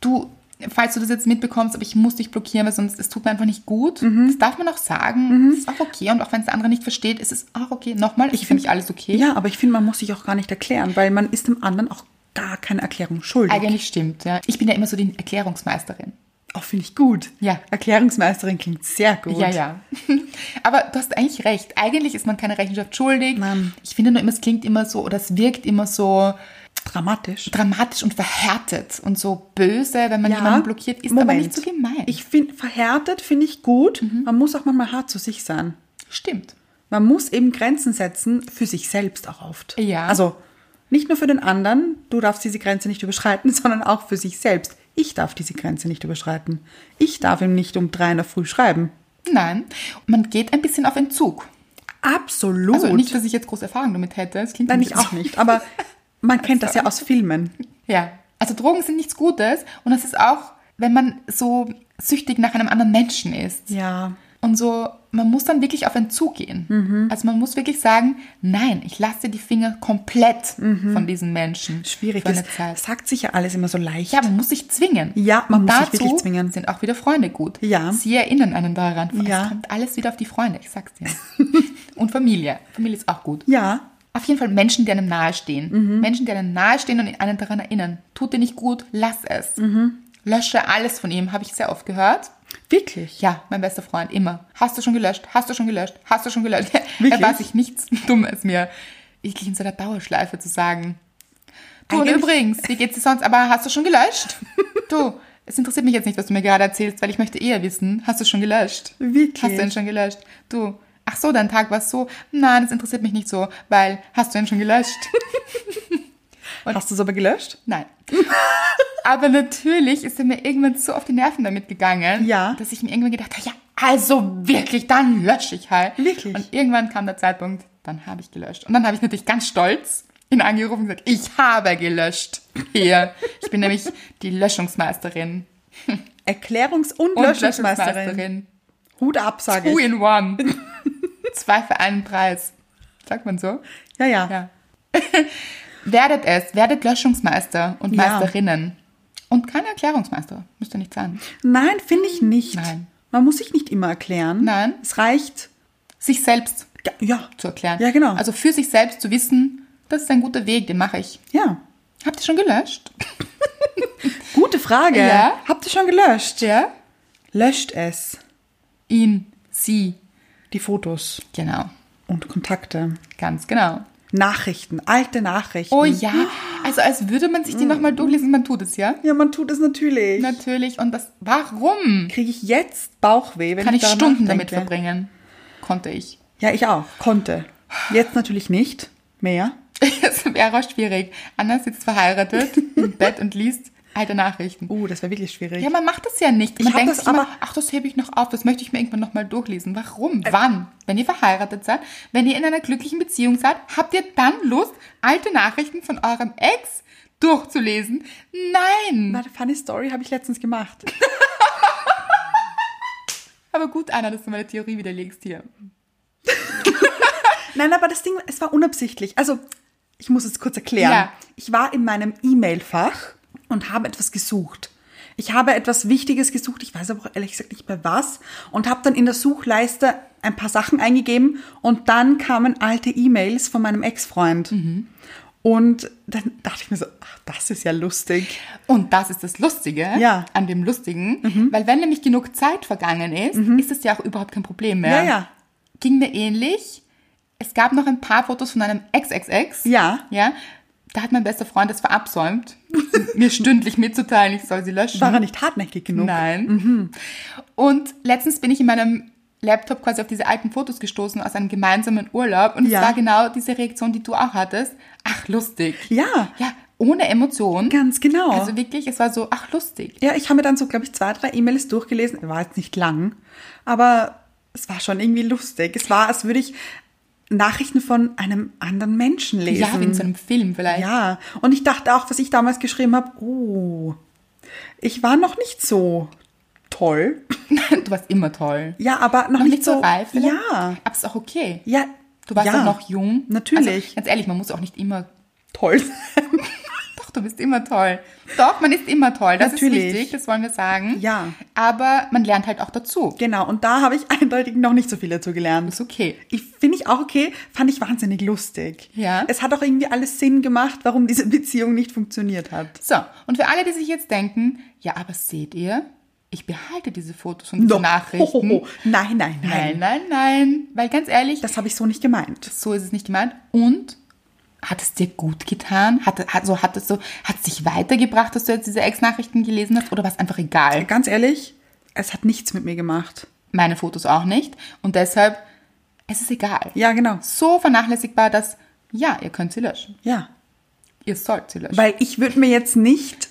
A: du, falls du das jetzt mitbekommst, aber ich muss dich blockieren, weil sonst es tut mir einfach nicht gut.
B: Mhm.
A: Das darf man auch sagen. Das ist auch okay. Und auch wenn es der andere nicht versteht, ist es auch okay. Nochmal, ich finde mich alles okay.
B: Ja, aber ich finde, man muss sich auch gar nicht erklären, weil man ist dem anderen auch gar keine Erklärung schuldig.
A: Eigentlich stimmt, ja. Ich bin ja immer so die Erklärungsmeisterin.
B: Auch finde ich gut.
A: Ja.
B: Erklärungsmeisterin klingt sehr gut.
A: Ja, ja. Aber du hast eigentlich recht. Eigentlich ist man keine Rechenschaft schuldig.
B: Nein.
A: Ich finde nur immer, es klingt immer so oder es wirkt immer so
B: Dramatisch.
A: dramatisch und verhärtet und so böse, wenn man
B: Ja.
A: jemanden blockiert, ist aber
B: Moment.
A: nicht so gemein. Mhm.
B: Ich finde, verhärtet finde ich gut. Man muss auch manchmal hart zu sich sein.
A: Stimmt.
B: Man muss eben Grenzen setzen, für sich selbst auch oft.
A: Ja.
B: Also nicht nur für den anderen, du darfst diese Grenze nicht überschreiten, sondern auch für sich selbst. Ich darf diese Grenze nicht überschreiten. Ich darf ihm nicht um drei in der Früh schreiben.
A: Nein. Man geht ein bisschen auf Entzug.
B: Absolut.
A: Also nicht, dass ich jetzt große Erfahrung damit hätte. Das klingt
B: Nein,
A: ein
B: ich
A: bisschen
B: auch nicht. Aber man kennt das ja aus Filmen.
A: Ja, also Drogen sind nichts Gutes und das ist auch, wenn man so süchtig nach einem anderen Menschen ist.
B: Ja.
A: Und so, man muss dann wirklich auf Entzug gehen.
B: Mhm.
A: Also man muss wirklich sagen, nein, ich lasse die Finger komplett von diesen Menschen.
B: Mhm. Schwierig.
A: Für eine
B: Das
A: Zeit.
B: sagt sich ja alles immer so leicht.
A: Ja, man muss sich zwingen.
B: Ja, man
A: Und
B: muss sich
A: dazu
B: wirklich zwingen.
A: sind auch wieder Freunde gut.
B: Ja.
A: Sie erinnern einen daran.
B: Ja.
A: Es kommt alles wieder auf die Freunde, ich sag's dir. und Familie. Familie ist auch gut.
B: ja. Mhm.
A: Auf jeden Fall Menschen, die einem nahestehen. Menschen, die einem nahestehen und einen daran erinnern. Tut dir nicht gut, lass es.
B: Mhm.
A: Lösche alles von ihm, habe ich sehr oft gehört.
B: Wirklich.
A: Ja, mein bester Freund, immer. Hast du schon gelöscht? Hast du schon gelöscht? Hast du schon gelöscht? er
B: Wirklich?
A: war sich nichts Dummes mir. Ich in so einer Dauerschleife zu sagen. Du, und
B: Eigentlich-
A: übrigens, wie geht's dir sonst? Aber hast du schon gelöscht? du, es interessiert mich jetzt nicht, was du mir gerade erzählst, weil ich möchte eher wissen, hast du schon gelöscht?
B: Wirklich?
A: Hast du ihn schon gelöscht? Du, ach so, dein Tag war so. Nein, das interessiert mich nicht so, weil hast du ihn schon gelöscht?
B: Hast du es aber gelöscht?
A: Nein. Aber natürlich ist er mir irgendwann so auf die Nerven damit gegangen,
B: Ja.
A: dass ich mir irgendwann gedacht habe, ja, also wirklich, dann lösche ich halt.
B: Wirklich?
A: Und irgendwann kam der Zeitpunkt, dann habe ich gelöscht. Und dann habe ich natürlich ganz stolz ihn angerufen und gesagt, ich habe gelöscht. Hier. Ich bin nämlich die Löschungsmeisterin.
B: Erklärungs- und,
A: Und
B: Löschungsmeisterin.
A: Löschungsmeisterin.
B: Hut ab, sage
A: Two
B: ich.
A: in one. Zwei für einen Preis. Sagt man so?
B: Ja, ja.
A: Ja. werdet es, werdet Löschungsmeister und
B: Ja.
A: Meisterinnen. Und kein Erklärungsmeister, müsst ihr nicht sein.
B: Nein, finde ich nicht.
A: Nein.
B: Man muss sich nicht immer erklären.
A: Nein.
B: Es reicht,
A: Sich selbst
B: ja, ja.
A: zu erklären.
B: Ja, genau.
A: Also für sich selbst zu wissen, das ist ein guter Weg, den mache ich.
B: ja.
A: Habt ihr schon gelöscht?
B: Gute Frage.
A: Ja.
B: Habt ihr schon gelöscht?
A: Ja.
B: Löscht es.
A: Ihn, sie.
B: Die Fotos
A: Genau,
B: und Kontakte.
A: ganz genau.
B: Nachrichten, alte Nachrichten.
A: Oh ja, also als würde man
B: Mhm.
A: sich die nochmal durchlesen, man tut es ja.
B: Ja, man tut es natürlich.
A: Natürlich. Und das, warum?
B: Kriege ich jetzt Bauchweh, wenn
A: Kann
B: ich,
A: ich
B: daran
A: Stunden damit
B: nachdenke?
A: verbringen? Konnte ich.
B: Ja, ich auch. Konnte. Jetzt natürlich nicht mehr.
A: Das wäre auch schwierig. Anna sitzt verheiratet im Bett und liest alte Nachrichten.
B: Uh, das wäre wirklich schwierig.
A: Ja, man macht das ja nicht.
B: Man
A: Ich
B: hat
A: denke
B: das
A: sich immer,
B: aber-
A: ach, das hebe ich noch auf, das möchte ich mir irgendwann nochmal durchlesen. Warum?
B: Äh,
A: Wann? Wenn ihr verheiratet seid, wenn ihr in einer glücklichen Beziehung seid, habt ihr dann Lust, alte Nachrichten von eurem Ex durchzulesen? Nein!
B: Warte, funny Story habe ich letztens gemacht.
A: Aber gut, Anna, dass du meine Theorie widerlegst hier.
B: Nein, aber das Ding, es war unabsichtlich. Also, ich muss es kurz erklären.
A: Ja.
B: Ich war in meinem E-Mail-Fach und habe etwas gesucht. Ich habe etwas Wichtiges gesucht, ich weiß aber auch ehrlich gesagt nicht mehr was, und habe dann in der Suchleiste ein paar Sachen eingegeben und dann kamen alte E-Mails von meinem Ex-Freund.
A: Mhm.
B: Und dann dachte ich mir so, ach, das ist ja lustig.
A: Und das ist das Lustige
B: Ja. Mhm.
A: an dem Lustigen, weil wenn nämlich genug Zeit vergangen ist, ist es ja auch überhaupt kein Problem mehr.
B: Ja, ja.
A: Ging mir ähnlich. Es gab noch ein paar Fotos von einem Ex-Ex-Ex.
B: Ja.
A: Ja. Da hat mein bester Freund es verabsäumt, mir stündlich mitzuteilen, ich soll sie löschen.
B: War er nicht hartnäckig genug?
A: Nein.
B: Mhm.
A: Und letztens bin ich in meinem Laptop quasi auf diese alten Fotos gestoßen aus einem gemeinsamen Urlaub und
B: Ja.
A: es war genau diese Reaktion, die du auch hattest. Ach, lustig.
B: Ja.
A: Ja, ohne Emotion.
B: Ganz genau.
A: Also wirklich, es war so, ach, lustig.
B: Ja, ich habe mir dann so, glaube ich, zwei, drei E-Mails durchgelesen. War jetzt nicht lang, aber es war schon irgendwie lustig. Es war, als würde ich Nachrichten von einem anderen Menschen lesen.
A: Ja, wie in so einem Film vielleicht.
B: Ja, und ich dachte auch, was ich damals geschrieben habe, oh, ich war noch nicht so toll.
A: Du warst immer toll.
B: Ja, aber noch,
A: Noch nicht so reif. vielleicht?
B: Ja,
A: Aber ist auch okay.
B: ja.
A: Du warst
B: ja,
A: auch noch jung. Also,
B: Natürlich.
A: ganz ehrlich, man muss auch nicht immer.
B: toll.
A: Doch, du bist immer toll. Doch, man ist immer toll. Das
B: Natürlich.
A: ist wichtig, das wollen wir sagen.
B: Ja.
A: Aber man lernt halt auch dazu.
B: genau, und da habe ich eindeutig noch nicht so viel dazu gelernt.
A: Ist okay.
B: Ich finde ich auch okay, fand ich wahnsinnig lustig.
A: Ja.
B: Es hat auch irgendwie alles Sinn gemacht, warum diese Beziehung nicht funktioniert hat.
A: So, und für alle, die sich jetzt denken, ja, aber seht ihr, ich behalte diese Fotos und diese
B: Doch.
A: Nachrichten.
B: Hohoho. Nein, nein, nein.
A: Nein, nein, nein. Weil ganz ehrlich,
B: Das habe ich so nicht gemeint.
A: so ist es nicht gemeint. Und hat es dir gut getan? Hat, hat, so, hat, es so, hat es dich weitergebracht, dass du jetzt diese Ex-Nachrichten gelesen hast? Oder war es einfach egal?
B: Ganz ehrlich, es hat nichts mit mir gemacht.
A: Meine Fotos auch nicht. Und deshalb, es ist egal.
B: Ja, genau.
A: So vernachlässigbar, dass, ja, ihr könnt sie löschen.
B: Ja.
A: Ihr sollt sie löschen.
B: Weil ich würde mir jetzt nicht,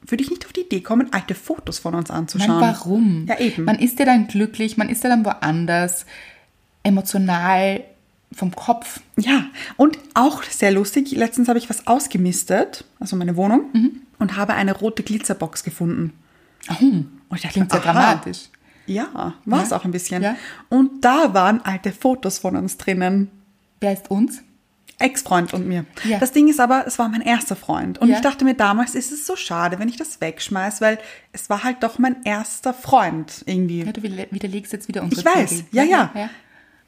B: würde ich nicht auf die Idee kommen, alte Fotos von uns anzuschauen.
A: Nein, warum?
B: Ja, eben.
A: Man ist ja dann glücklich, man ist ja dann woanders, emotional, vom Kopf.
B: Ja, und auch sehr lustig, letztens habe ich was ausgemistet, also meine Wohnung,
A: Mhm.
B: und habe eine rote Glitzerbox gefunden. Und ich dachte
A: Klingt sehr
B: aha.
A: dramatisch.
B: Ja, war es auch ein bisschen.
A: Ja.
B: Und da waren alte Fotos von uns drinnen.
A: Wer ist uns?
B: Ex-Freund und mir.
A: Ja.
B: Das Ding ist aber, es war mein erster Freund. Und
A: Ja.
B: ich dachte mir damals, ist es so schade, wenn ich das wegschmeiß, weil es war halt doch mein erster Freund irgendwie.
A: Ja, du widerle- widerlegst jetzt wieder unsere
B: Ich weiß,
A: Theorie.
B: ja, ja.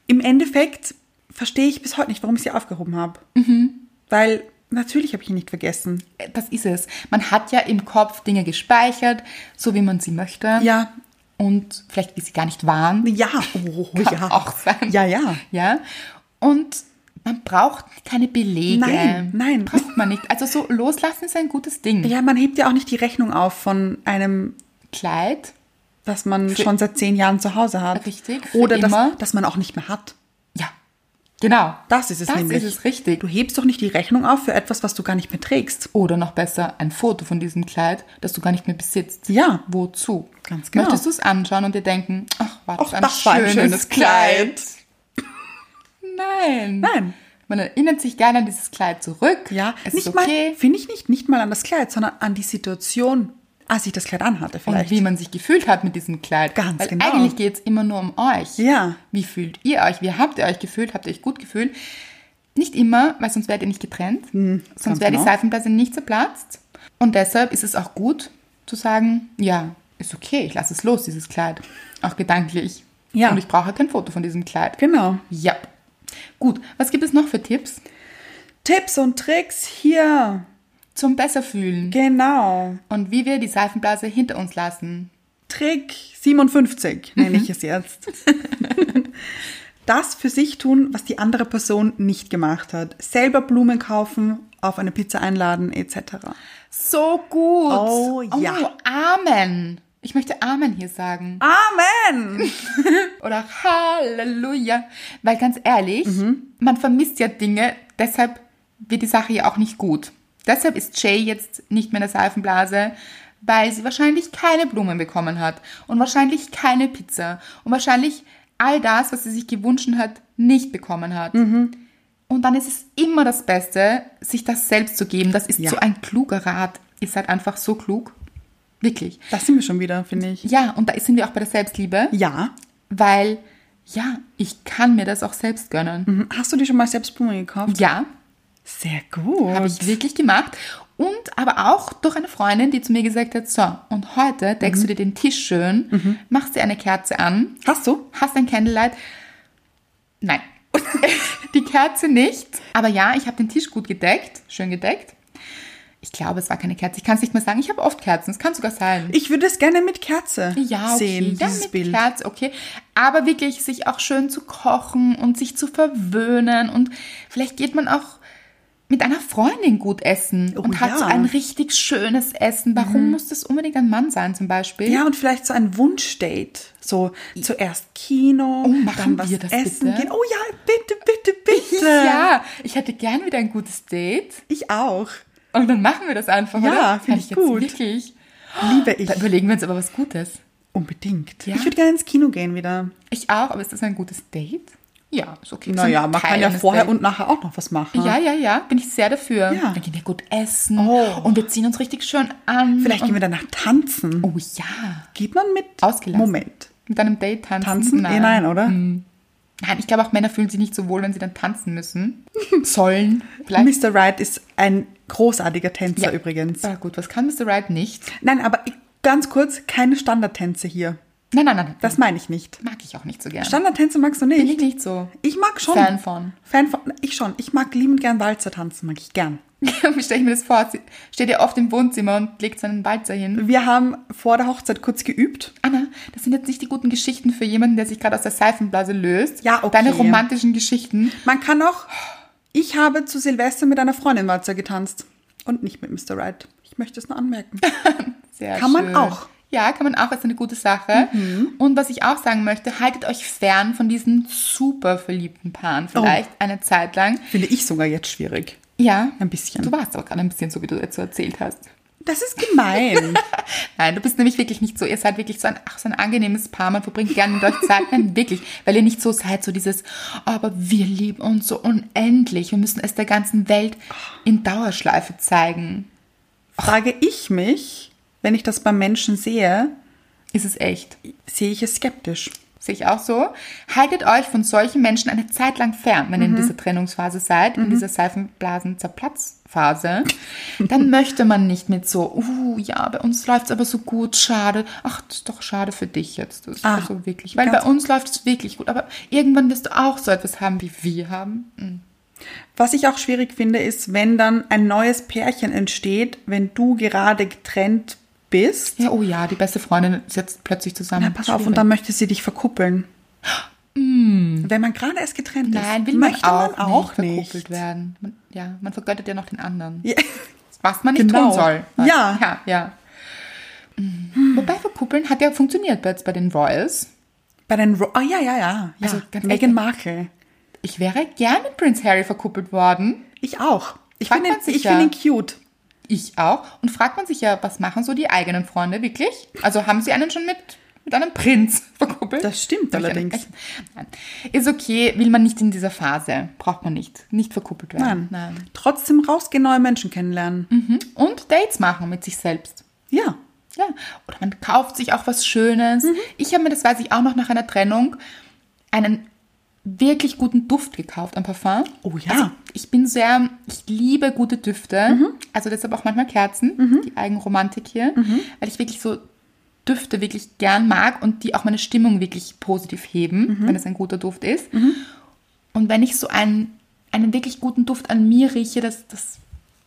B: Im Endeffekt verstehe ich bis heute nicht, warum ich sie aufgehoben habe.
A: Mhm.
B: Weil natürlich habe ich ihn nicht vergessen.
A: ja. Das ist es. Man hat ja im Kopf Dinge gespeichert, so wie man sie möchte.
B: Ja,
A: Und vielleicht, wie sie gar nicht waren.
B: ja, oh,
A: Kann
B: ja.
A: auch sein.
B: Ja, ja.
A: Ja. Und man braucht keine Belege.
B: Nein, nein.
A: Braucht man nicht. Also so loslassen ist ein gutes Ding.
B: Ja, man hebt ja auch nicht die Rechnung auf von einem,
A: Kleid.
B: das man schon seit zehn Jahren zu Hause hat.
A: Richtig, für
B: Oder
A: immer.
B: das, das man auch nicht mehr hat.
A: Ja. Genau.
B: Das ist es
A: das
B: nämlich.
A: ist es richtig.
B: Du hebst doch nicht die Rechnung auf für etwas, was du gar nicht mehr trägst.
A: Oder noch besser, ein Foto von diesem Kleid, das du gar nicht mehr besitzt.
B: Ja.
A: Wozu?
B: Ganz genau.
A: Möchtest du es anschauen und dir denken, ach, war das,
B: Ach,
A: ein,
B: das war ein
A: schönes
B: schönes
A: Kleid. Nein.
B: Nein.
A: Man erinnert sich gerne an dieses Kleid zurück.
B: Ja,
A: es
B: nicht
A: ist okay.
B: mal, finde ich nicht, nicht mal an das Kleid, sondern an die Situation, als ich das Kleid anhatte
A: und
B: vielleicht.
A: wie man sich gefühlt hat mit diesem Kleid.
B: Ganz
A: Weil
B: genau.
A: Eigentlich geht es immer nur um euch.
B: Ja.
A: Wie fühlt ihr euch? Wie habt ihr euch gefühlt? Habt ihr euch gut gefühlt? Nicht immer, weil sonst wärt ihr nicht getrennt.
B: ganz
A: sonst wäre
B: genau.
A: die Seifenblase nicht zerplatzt. Und deshalb ist es auch gut zu sagen, ja, ist okay, ich lasse es los, dieses Kleid. Auch gedanklich.
B: Ja.
A: Und ich brauche kein Foto von diesem Kleid.
B: genau.
A: Ja. Gut, was gibt es noch für Tipps
B: Tipps und Tricks hier.
A: zum Besserfühlen?
B: Genau.
A: Und wie wir die Seifenblase hinter uns lassen.
B: Trick 57
A: Mhm.
B: nenne ich es jetzt. das für sich tun, was die andere Person nicht gemacht hat. Selber Blumen kaufen, auf eine Pizza einladen etc.
A: So gut.
B: Oh, ja.
A: Amen. Ich möchte Amen hier sagen.
B: Amen!
A: Oder Halleluja. Weil ganz ehrlich, man vermisst ja Dinge, deshalb wird die Sache ja auch nicht gut. Deshalb ist Jay jetzt nicht mehr in der Seifenblase, weil sie wahrscheinlich keine Blumen bekommen hat und wahrscheinlich keine Pizza und wahrscheinlich all das, was sie sich gewünscht hat, nicht bekommen hat. Und dann ist es immer das Beste, sich das selbst zu geben. Das ist
B: Ja.
A: so ein kluger Rat. Ihr seid einfach so klug. Wirklich.
B: Das sind wir schon wieder, finde ich.
A: Ja, und da sind wir auch bei der Selbstliebe
B: Ja.
A: weil ja, ich kann mir das auch selbst gönnen.
B: Mhm. Hast du dir schon mal selbst Blumen gekauft?
A: Ja,
B: Sehr gut.
A: habe ich wirklich gemacht. Und aber auch durch eine Freundin, die zu mir gesagt hat, so, und heute deckst du dir den Tisch schön, machst dir eine Kerze an,
B: Mhm. Hast du?
A: hast ein Candlelight. Nein, die Kerze nicht. Aber ja, ich habe den Tisch gut gedeckt, schön gedeckt. Ich glaube, es war keine Kerze. Ich kann es nicht mehr sagen. Ich habe oft Kerzen. Es kann sogar sein.
B: Ich würde es gerne mit Kerze
A: ja, okay.
B: sehen,
A: ja,
B: dieses
A: mit
B: Bild.
A: Kerz, okay. Aber wirklich sich auch schön zu kochen und sich zu verwöhnen und vielleicht geht man auch mit einer Freundin gut essen
B: Oh,
A: und hat
B: ja. Mhm.
A: so ein richtig schönes Essen. Warum muss das unbedingt ein Mann sein zum Beispiel?
B: Ja, und vielleicht so ein Wunschdate. So zuerst Kino,
A: Oh, machen
B: dann was
A: wir das
B: essen
A: bitte?
B: gehen. Oh ja, bitte, bitte, bitte.
A: ja, ich hätte gern wieder ein gutes Date
B: Ich auch.
A: und dann machen wir das einfach,
B: Ja,
A: oder?
B: finde
A: Kann
B: ich gut.
A: Jetzt wirklich.
B: Liebe ich.
A: Da überlegen wir uns aber was Gutes.
B: Unbedingt.
A: Ja.
B: Ich würde gerne ins Kino gehen wieder.
A: Ich auch, aber ist das ein gutes Date? Ja, ist okay. So ein
B: Naja, man
A: Teil
B: kann ja
A: eines
B: vorher
A: Dates.
B: und nachher auch noch was machen.
A: Ja, ja, ja, bin ich sehr dafür.
B: Ah. Ja.
A: Dann gehen wir gut essen
B: Oh.
A: und wir ziehen uns richtig schön an.
B: Vielleicht gehen wir danach
A: und,
B: tanzen.
A: oh ja,
B: Geht man mit?
A: Ausgelassen. Mhm.
B: Moment.
A: mit einem Date tanzen.
B: Tanzen? Nein, nein oder?
A: Nein, ich glaube auch Männer fühlen sich nicht so wohl, wenn sie dann tanzen müssen. Sollen. Vielleicht.
B: Mr. Right ist ein großartiger Tänzer übrigens.
A: Ah, gut, was kann Mr. Right nicht?
B: Nein, aber ich- ganz kurz, keine Standardtänze hier.
A: Nein, nein, nein, nein.
B: Das meine ich nicht.
A: mag ich auch nicht so gerne.
B: Standardtänze magst du
A: Bin ich
B: nicht?
A: nicht so.
B: Mhm. Ich mag schon.
A: Fan von.
B: Fan von. Ich schon. Ich mag liebend gern Walzer tanzen, mag ich gern.
A: Wie stelle ich mir das vor? Sie steht ja oft im Wohnzimmer und legt seinen Walzer hin.
B: Wir haben vor der Hochzeit kurz geübt.
A: Anna, das sind jetzt nicht die guten Geschichten für jemanden, der sich gerade aus der Seifenblase löst.
B: Ja, okay.
A: Deine romantischen Geschichten.
B: Man kann auch Ich habe zu Silvester mit einer Freundin Walzer getanzt und nicht mit Mr. Right. Ich möchte es nur anmerken.
A: Sehr
B: Kann man auch. Mhm.
A: Ja, kann man auch, ist eine gute Sache. Und was ich auch sagen möchte, haltet euch fern von diesen super verliebten Paaren
B: Oh.
A: vielleicht eine Zeit lang.
B: Finde ich sogar jetzt schwierig.
A: Ja.
B: Ein bisschen.
A: Du warst aber gerade ein bisschen so, wie du dazu erzählt hast.
B: Das ist gemein.
A: Nein, du bist nämlich wirklich nicht so. Ihr seid wirklich so ein, ach, so ein angenehmes Paar. Man verbringt gerne mit euch Zeit. Nein, wirklich. Weil ihr nicht so seid, so dieses, aber wir lieben uns so unendlich. Wir müssen es der ganzen Welt in Dauerschleife zeigen.
B: Frage ich mich, wenn ich das bei Menschen sehe,
A: Ist es echt?
B: sehe ich es skeptisch.
A: Sehe ich auch so. Haltet euch von solchen Menschen eine Zeit lang fern, wenn ihr
B: Mhm.
A: in dieser Trennungsphase seid, in dieser Seifenblasen-Zerplatzphase. Dann möchte man nicht mit so, uh, ja, bei uns läuft es aber so gut, schade. Ach, das ist doch schade für dich jetzt. Das ist
B: Ah,
A: also wirklich. Weil bei
B: ganz-
A: uns läuft es wirklich gut, aber irgendwann wirst du auch so etwas haben, wie wir haben.
B: Was ich auch schwierig finde, ist, wenn dann ein neues Pärchen entsteht, wenn du gerade getrennt bist.
A: Ja, oh ja, die beste Freundin ist jetzt plötzlich zusammen.
B: Na, pass auf, und dann möchte sie dich verkuppeln. Wenn man gerade erst getrennt ist,
A: Mm. Nein, will man
B: möchte
A: auch,
B: man auch
A: nicht
B: nicht.
A: verkuppelt werden. Man, ja, man vergöttert ja noch den anderen.
B: Ja.
A: Was man nicht
B: Genau.
A: tun soll.
B: Ja.
A: Ja, ja. Mhm. Wobei verkuppeln hat ja funktioniert jetzt bei den Royals.
B: Bei den Ro Oh ja, ja, ja. Also
A: ganz
B: Meghan Markle.
A: Ich wäre gern mit Prince Harry verkuppelt worden.
B: Ich auch. Ich
A: Fragt
B: finde
A: man sich
B: ich
A: ja.
B: finde ihn cute.
A: Ich auch. Und fragt man sich ja, was machen so die eigenen Freunde wirklich? Also haben sie einen schon mit, mit einem Prinz verkuppelt?
B: Das stimmt
A: Hab ich einen
B: allerdings.
A: echten? Nein. Ist okay, will man nicht in dieser Phase. Braucht man nicht. Nicht verkuppelt werden.
B: Nein. Trotzdem rausgehen, neue Menschen kennenlernen.
A: Mhm. Und Dates machen mit sich selbst.
B: Ja.
A: Ja, oder man kauft sich auch was Schönes.
B: Mhm.
A: Ich habe mir, das weiß ich auch noch nach einer Trennung, einen wirklich guten Duft gekauft, ein Parfum.
B: Oh ja. Mhm.
A: Also ich bin sehr, ich liebe gute Düfte. Also deshalb auch manchmal Kerzen, die Eigenromantik hier,
B: Mhm.
A: weil ich wirklich so Düfte wirklich gern mag und die auch meine Stimmung wirklich positiv heben,
B: Mhm.
A: wenn es ein guter Duft ist. Und wenn ich so einen, einen wirklich guten Duft an mir rieche, das, das,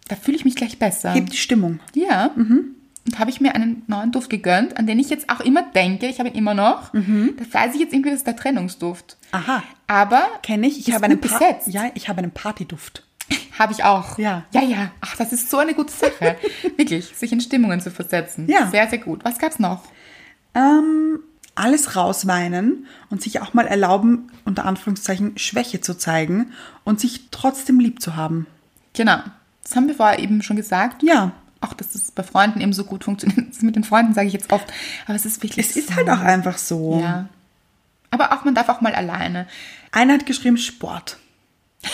A: da fühle ich mich gleich besser.
B: Hebt die Stimmung.
A: Ja.
B: Mhm.
A: Und habe ich mir einen neuen Duft gegönnt, an den ich jetzt auch immer denke, ich habe ihn immer noch.
B: Mhm.
A: Das weiß ich jetzt irgendwie, das ist der Trennungsduft.
B: Aha.
A: Aber
B: Kenne ich. Ich
A: Ist
B: habe einen
A: gut
B: Pa-
A: besetzt.
B: Ja, ich habe einen Partyduft.
A: habe ich auch.
B: Ja.
A: Ja, ja. Ach, das ist so eine gute Sache. Wirklich, sich in Stimmungen zu versetzen.
B: Ja.
A: Sehr, sehr gut. Was gab's noch?
B: Ähm, alles rausweinen und sich auch mal erlauben, unter Anführungszeichen Schwäche zu zeigen und sich trotzdem lieb zu haben.
A: Genau. Das haben wir vorher eben schon gesagt.
B: Ja.
A: Auch, dass das bei Freunden eben so gut funktioniert. Das mit den Freunden sage ich jetzt oft. Aber es ist wirklich
B: Es ist
A: so.
B: halt auch einfach so.
A: Ja. Aber auch, man darf auch mal alleine.
B: Einer hat geschrieben, Sport.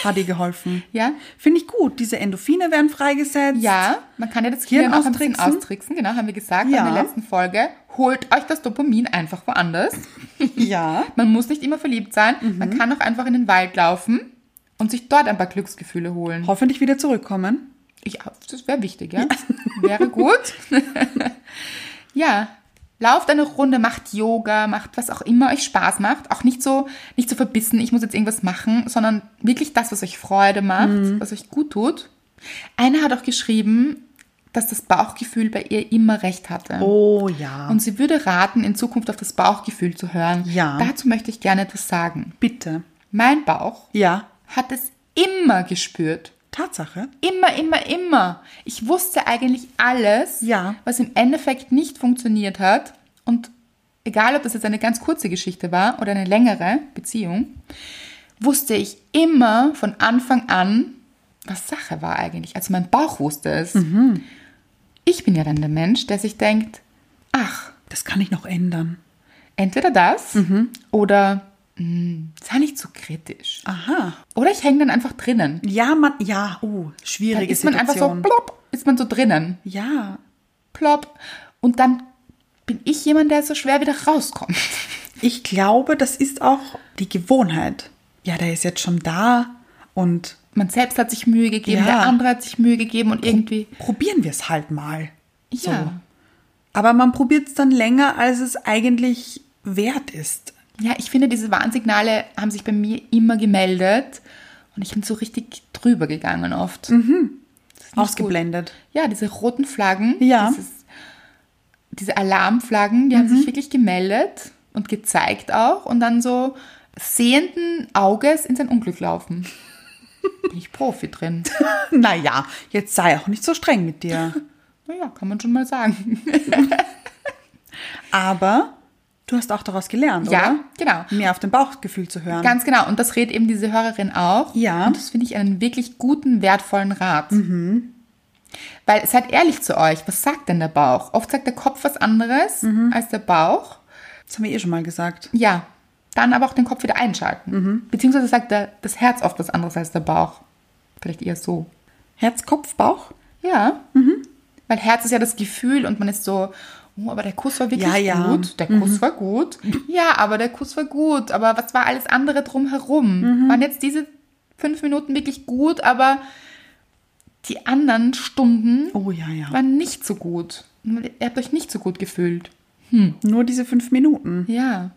B: Hat dir geholfen.
A: Ja.
B: Finde ich gut. Diese Endorphine werden freigesetzt.
A: Ja, man kann ja das
B: Hirn
A: Hirn, auch ein bisschen
B: austricksen.
A: austricksen, genau, haben wir gesagt
B: Ja.
A: in der letzten Folge. Holt euch das Dopamin einfach woanders.
B: Ja.
A: Man muss nicht immer verliebt sein,
B: Mhm.
A: man kann auch einfach in den Wald laufen und sich dort ein paar Glücksgefühle holen.
B: Hoffentlich wieder zurückkommen.
A: Ich, das wäre wichtig, ja? Wäre gut. ja. Lauft eine Runde, macht Yoga, macht was auch immer euch Spaß macht. Auch nicht so, nicht so verbissen, ich muss jetzt irgendwas machen, sondern wirklich das, was euch Freude macht,
B: Mhm.
A: was euch gut tut. Einer hat auch geschrieben, dass das Bauchgefühl bei ihr immer recht hatte.
B: Oh ja.
A: Und sie würde raten, in Zukunft auf das Bauchgefühl zu hören.
B: Ja.
A: Dazu möchte ich gerne etwas sagen.
B: bitte.
A: Mein Bauch
B: Ja.
A: hat es immer gespürt.
B: Tatsache.
A: Immer, immer, immer. Ich wusste eigentlich alles,
B: Ja.
A: was im Endeffekt nicht funktioniert hat. Und egal, ob das jetzt eine ganz kurze Geschichte war oder eine längere Beziehung, wusste ich immer von Anfang an, was Sache war eigentlich. Also mein Bauch wusste es.
B: Mhm.
A: Ich bin ja dann der Mensch, der sich denkt, ach,
B: Das kann ich noch ändern.
A: entweder das
B: Mhm.
A: oder mh, sei nicht so kritisch.
B: Aha.
A: Oder ich hänge dann einfach drinnen.
B: Ja, man. Ja. Oh,
A: Dann
B: schwierige
A: ist man einfach so,
B: Situation.
A: plopp, ist man so drinnen.
B: ja.
A: plopp. Und dann bin ich jemand, der so schwer wieder rauskommt.
B: Ich glaube, das ist auch die Gewohnheit. Ja, der ist jetzt schon da und
A: Man selbst hat sich Mühe gegeben,
B: Ja. Oh,
A: der andere hat sich Mühe gegeben und irgendwie.
B: probieren wir es halt mal.
A: Ja.
B: Aber man probiert es dann länger, als es eigentlich wert ist.
A: Ja, ich finde, diese Warnsignale haben sich bei mir immer gemeldet und ich bin so richtig drüber gegangen oft. Das ist nicht
B: Mhm. Ausgeblendet.
A: Gut. Ja, diese roten Flaggen,
B: Ja. Mhm.
A: dieses, diese Alarmflaggen, die haben sich wirklich gemeldet und gezeigt auch und dann so sehenden Auges in sein Unglück laufen. Bin ich Profi drin.
B: Naja, jetzt sei auch nicht so streng mit dir.
A: Naja, kann man schon mal sagen.
B: Aber du hast auch daraus gelernt,
A: Ja, genau.
B: oder? Mehr auf dein Bauchgefühl zu hören.
A: Ganz genau. Und das rät eben diese Hörerin auch.
B: Ja.
A: Und das finde ich einen wirklich guten, wertvollen Rat. Weil seid ehrlich zu euch, was sagt denn der Bauch? Oft sagt der Kopf was anderes als der Bauch.
B: das haben wir eh schon mal gesagt.
A: Ja. Dann aber auch den Kopf wieder einschalten. Beziehungsweise sagt der, das Herz oft was anderes als der Bauch. Vielleicht eher so.
B: Herz, Kopf, Bauch?
A: Ja.
B: Mhm.
A: Weil Herz ist ja das Gefühl und man ist so, oh, aber der Kuss war wirklich
B: Ja, ja. Mhm.
A: gut. Der Kuss war gut. Ja, aber der Kuss war gut. Aber was war alles andere
B: Mhm.
A: drumherum? Waren jetzt diese fünf Minuten wirklich gut, aber die anderen Stunden
B: Oh ja, ja.
A: waren nicht so gut. Ihr habt euch nicht so gut gefühlt.
B: Nur diese fünf Minuten.
A: Ja.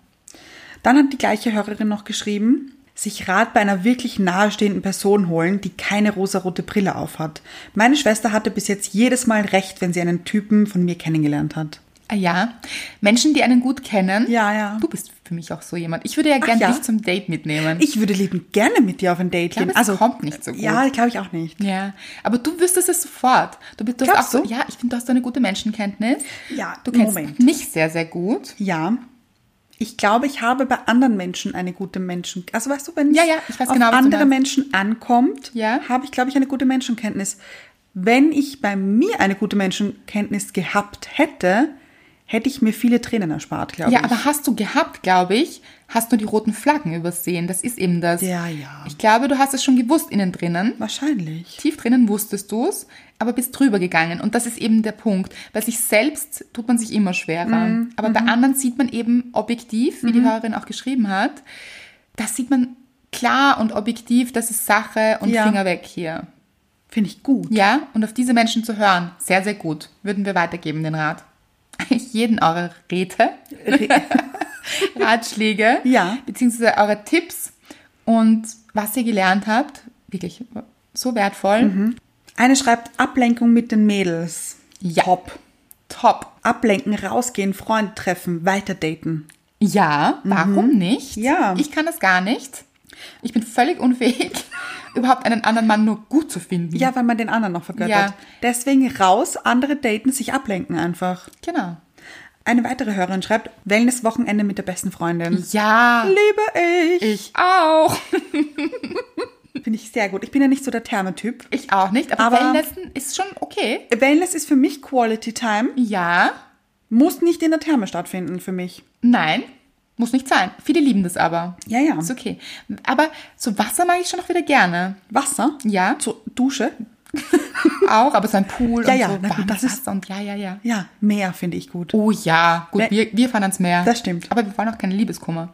B: Dann hat die gleiche Hörerin noch geschrieben, sich Rat bei einer wirklich nahestehenden Person holen, die keine rosarote Brille aufhat. Meine Schwester hatte bis jetzt jedes Mal recht, wenn sie einen Typen von mir kennengelernt hat.
A: Ah ja, Menschen, die einen gut kennen.
B: Ja, ja.
A: Du bist für mich auch so jemand. Ich würde ja gerne
B: ja?
A: dich zum Date mitnehmen.
B: Ich würde liebend gerne mit dir auf ein Date
A: glaube,
B: gehen. Also,
A: es kommt nicht so gut.
B: Ja, glaube ich auch nicht.
A: Ja, aber du wüsstest es sofort. Du bist du hast
B: Glaubst
A: auch so,
B: du?
A: ja, ich finde, du hast da eine gute Menschenkenntnis.
B: Ja,
A: du kennst
B: Moment.
A: mich sehr, sehr gut.
B: Ja. Ich glaube, ich habe bei anderen Menschen eine gute Menschen. Also weißt du, wenn
A: Ja,
B: es
A: ja, ich weiß
B: auf
A: genau, was du
B: andere
A: meinst.
B: Menschen ankommt,
A: Ja.
B: habe ich, glaube ich, eine gute Menschenkenntnis. Wenn ich bei mir eine gute Menschenkenntnis gehabt hätte, hätte ich mir viele Tränen erspart, glaube
A: Ja,
B: ich.
A: aber hast du gehabt, glaube ich, hast du die roten Flaggen übersehen. Das ist eben das.
B: Ja, ja.
A: Ich glaube, du hast es schon gewusst innen drinnen.
B: Wahrscheinlich.
A: Tief drinnen wusstest du es, aber bist drüber gegangen. Und das ist eben der Punkt. Bei sich selbst tut man sich immer schwerer.
B: Mhm,
A: Aber bei anderen sieht man eben objektiv, wie die Hörerin auch geschrieben hat, das sieht man klar und objektiv, das ist Sache und
B: Ja.
A: Finger weg hier.
B: Finde ich gut.
A: Ja, und auf diese Menschen zu hören, sehr, sehr gut. Würden wir weitergeben, den Rat. Eigentlich jeden eurer Räte, Ratschläge,
B: Ja.
A: beziehungsweise eure Tipps und was ihr gelernt habt, wirklich so wertvoll.
B: Mhm. Eine schreibt Ablenkung mit den Mädels.
A: Ja.
B: Top.
A: Top.
B: Ablenken, rausgehen, Freunde treffen, weiter daten.
A: Ja, warum nicht?
B: Mhm. Ja.
A: Ich kann das gar nicht. Ich bin völlig unfähig, überhaupt einen anderen Mann nur gut zu finden.
B: Ja, weil man den anderen noch vergöttert.
A: Ja.
B: Deswegen raus, andere daten, sich ablenken einfach.
A: Genau.
B: Eine weitere Hörerin schreibt, Wellness-Wochenende mit der besten Freundin.
A: Ja,
B: Liebe ich.
A: ich auch.
B: Finde ich sehr gut. Ich bin ja nicht so der Therme-Typ.
A: Ich auch nicht, aber,
B: Aber-
A: aber Wellnessen ist schon okay.
B: Wellness ist für mich Quality Time.
A: Ja.
B: Muss nicht in der Therme stattfinden für mich.
A: Nein, muss nicht sein. Viele lieben das aber.
B: Ja, ja.
A: Ist okay. Aber so Wasser mag ich schon noch wieder gerne.
B: Wasser?
A: Ja,
B: Zur Dusche?
A: auch, aber so ein Pool
B: Ja,
A: und
B: ja,
A: so
B: na gut,
A: warmes
B: das ist-
A: Wasser und ja, ja, ja.
B: Ja, Meer finde ich gut.
A: Oh ja, gut,
B: Ne-
A: wir, wir fahren ans Meer.
B: Das stimmt.
A: Aber wir wollen auch keinen Liebeskummer.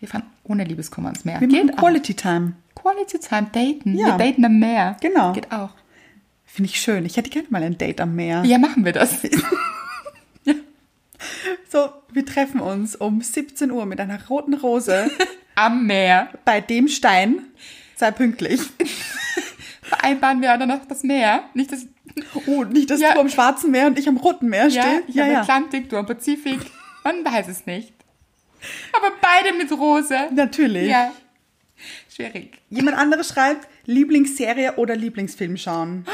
A: Wir fahren ohne Liebeskummer ans Meer.
B: Wir machen
A: Geht auch.
B: Quality Time.
A: Quality Time, daten.
B: Ja.
A: Wir daten am Meer.
B: Genau.
A: Geht auch.
B: Finde ich schön. Ich hätte gerne mal ein Date am Meer.
A: Ja, machen wir das.
B: So, wir treffen uns um 17 Uhr mit einer roten Rose
A: Am Meer.
B: bei dem Stein. Sei pünktlich.
A: Vereinbaren wir dann noch das Meer. Nicht das
B: Oh, nicht, dass
A: Ja.
B: du am Schwarzen Meer und ich am Roten Meer
A: ja,
B: stehe.
A: ich am Atlantik, du am Pazifik. Man weiß es nicht. Aber beide mit Rose.
B: Natürlich.
A: Ja. Schwierig.
B: Jemand anderes schreibt, Lieblingsserie oder Lieblingsfilm schauen.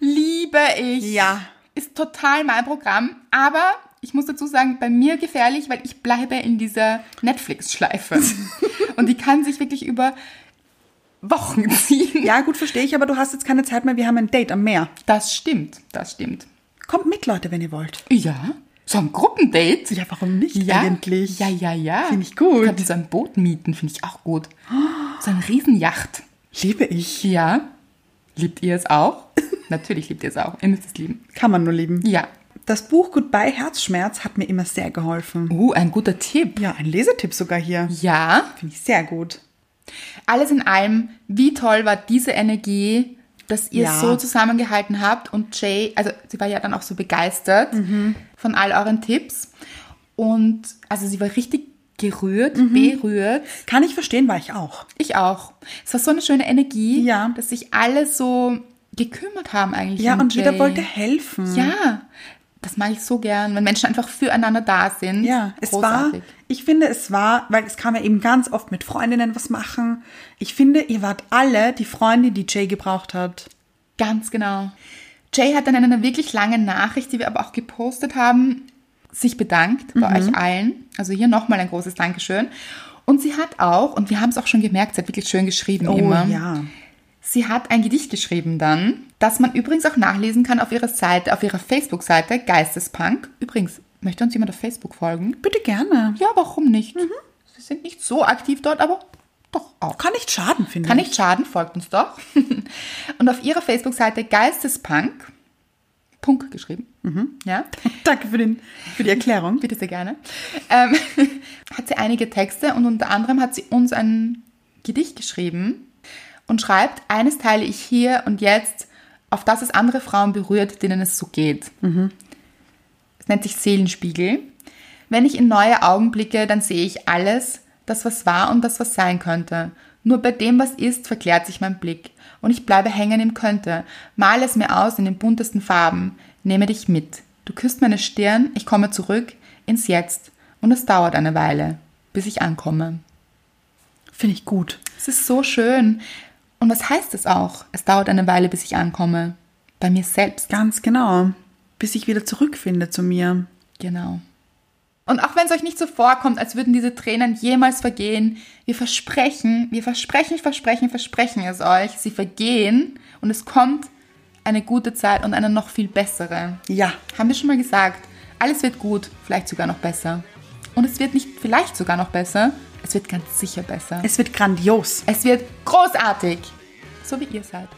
A: Liebe ich.
B: Ja.
A: Ist total mein Programm, aber ich muss dazu sagen, bei mir gefährlich, weil ich bleibe in dieser Netflix-Schleife. Und die kann sich wirklich über Wochen ziehen.
B: Ja, gut, verstehe ich, aber du hast jetzt keine Zeit mehr. Wir haben ein Date am Meer.
A: Das stimmt, das stimmt.
B: Kommt mit, Leute, wenn ihr wollt.
A: Ja, so ein Gruppendate.
B: Ja, warum nicht
A: Ja,
B: eigentlich?
A: ja, ja, ja.
B: Finde ich gut.
A: Ich kann so ein Boot mieten, finde ich auch gut. So eine Riesenjacht.
B: Liebe ich.
A: Ja. Liebt ihr es auch? Natürlich liebt ihr es auch. Ihr müsst es lieben.
B: Kann man nur lieben.
A: Ja.
B: Das Buch Goodbye Herzschmerz hat mir immer sehr geholfen.
A: Uh, ein guter Tipp.
B: Ja, ein Lesetipp sogar hier.
A: Ja.
B: Finde ich sehr gut.
A: Alles in allem, wie toll war diese Energie, dass ihr
B: Ja.
A: so zusammengehalten habt und Jay, also sie war ja dann auch so begeistert
B: Mhm.
A: von all euren Tipps und also sie war richtig gerührt,
B: Mhm.
A: berührt.
B: Kann ich verstehen, war ich auch.
A: Ich auch. Es war so eine schöne Energie,
B: Ja.
A: dass sich alle so gekümmert haben eigentlich.
B: Ja,
A: um
B: und jeder
A: Jay.
B: wollte helfen.
A: Ja, Das mag ich so gern, wenn Menschen einfach füreinander da sind.
B: Ja, es
A: Großartig.
B: war, ich finde, es war, weil es kam ja eben ganz oft mit Freundinnen was machen. Ich finde, ihr wart alle die Freundin, die Jay gebraucht hat.
A: Ganz genau. Jay hat dann in einer wirklich langen Nachricht, die wir aber auch gepostet haben, sich bedankt bei euch allen. Also hier nochmal ein großes Dankeschön. Und sie hat auch, und wir haben es auch schon gemerkt, sie hat wirklich schön geschrieben immer.
B: Oh, ja.
A: Sie hat ein Gedicht geschrieben dann, das man übrigens auch nachlesen kann auf ihrer Seite, auf ihrer Facebook-Seite Geistespunk. Übrigens, möchte uns jemand auf Facebook folgen?
B: Bitte gerne.
A: Ja, warum nicht? Sie sind nicht so aktiv dort, aber doch auch.
B: Kann nicht schaden, finde
A: Kann
B: ich.
A: nicht schaden, folgt uns doch. Und auf ihrer Facebook-Seite Geistespunk, Punk geschrieben, ja,
B: Danke für, den, für die Erklärung.
A: bitte sehr gerne, ähm, hat sie einige Texte und unter anderem hat sie uns ein Gedicht geschrieben und schreibt, eines teile ich hier und jetzt, auf das es andere Frauen berührt, denen es so geht. Es nennt sich Seelenspiegel. Wenn ich in neue Augen blicke, dann sehe ich alles, das was war und das was sein könnte. Nur bei dem, was ist, verklärt sich mein Blick. Und ich bleibe hängen im Könnte. Male es mir aus in den buntesten Farben. Nehme dich mit. Du küsst meine Stirn, ich komme zurück ins Jetzt. Und es dauert eine Weile, bis ich ankomme.
B: Finde ich gut.
A: Es ist so schön. Und was heißt es auch? Es dauert eine Weile, bis ich ankomme. Bei mir selbst.
B: Ganz genau. Bis ich wieder zurückfinde zu mir.
A: Genau. Und auch wenn es euch nicht so vorkommt, als würden diese Tränen jemals vergehen, wir versprechen, wir versprechen, versprechen, versprechen es euch, sie vergehen und es kommt eine gute Zeit und eine noch viel bessere.
B: Ja.
A: Haben wir schon mal gesagt, alles wird gut, vielleicht sogar noch besser. Und es wird nicht vielleicht sogar noch besser, es wird ganz sicher besser.
B: Es wird grandios.
A: Es wird großartig, so wie ihr seid.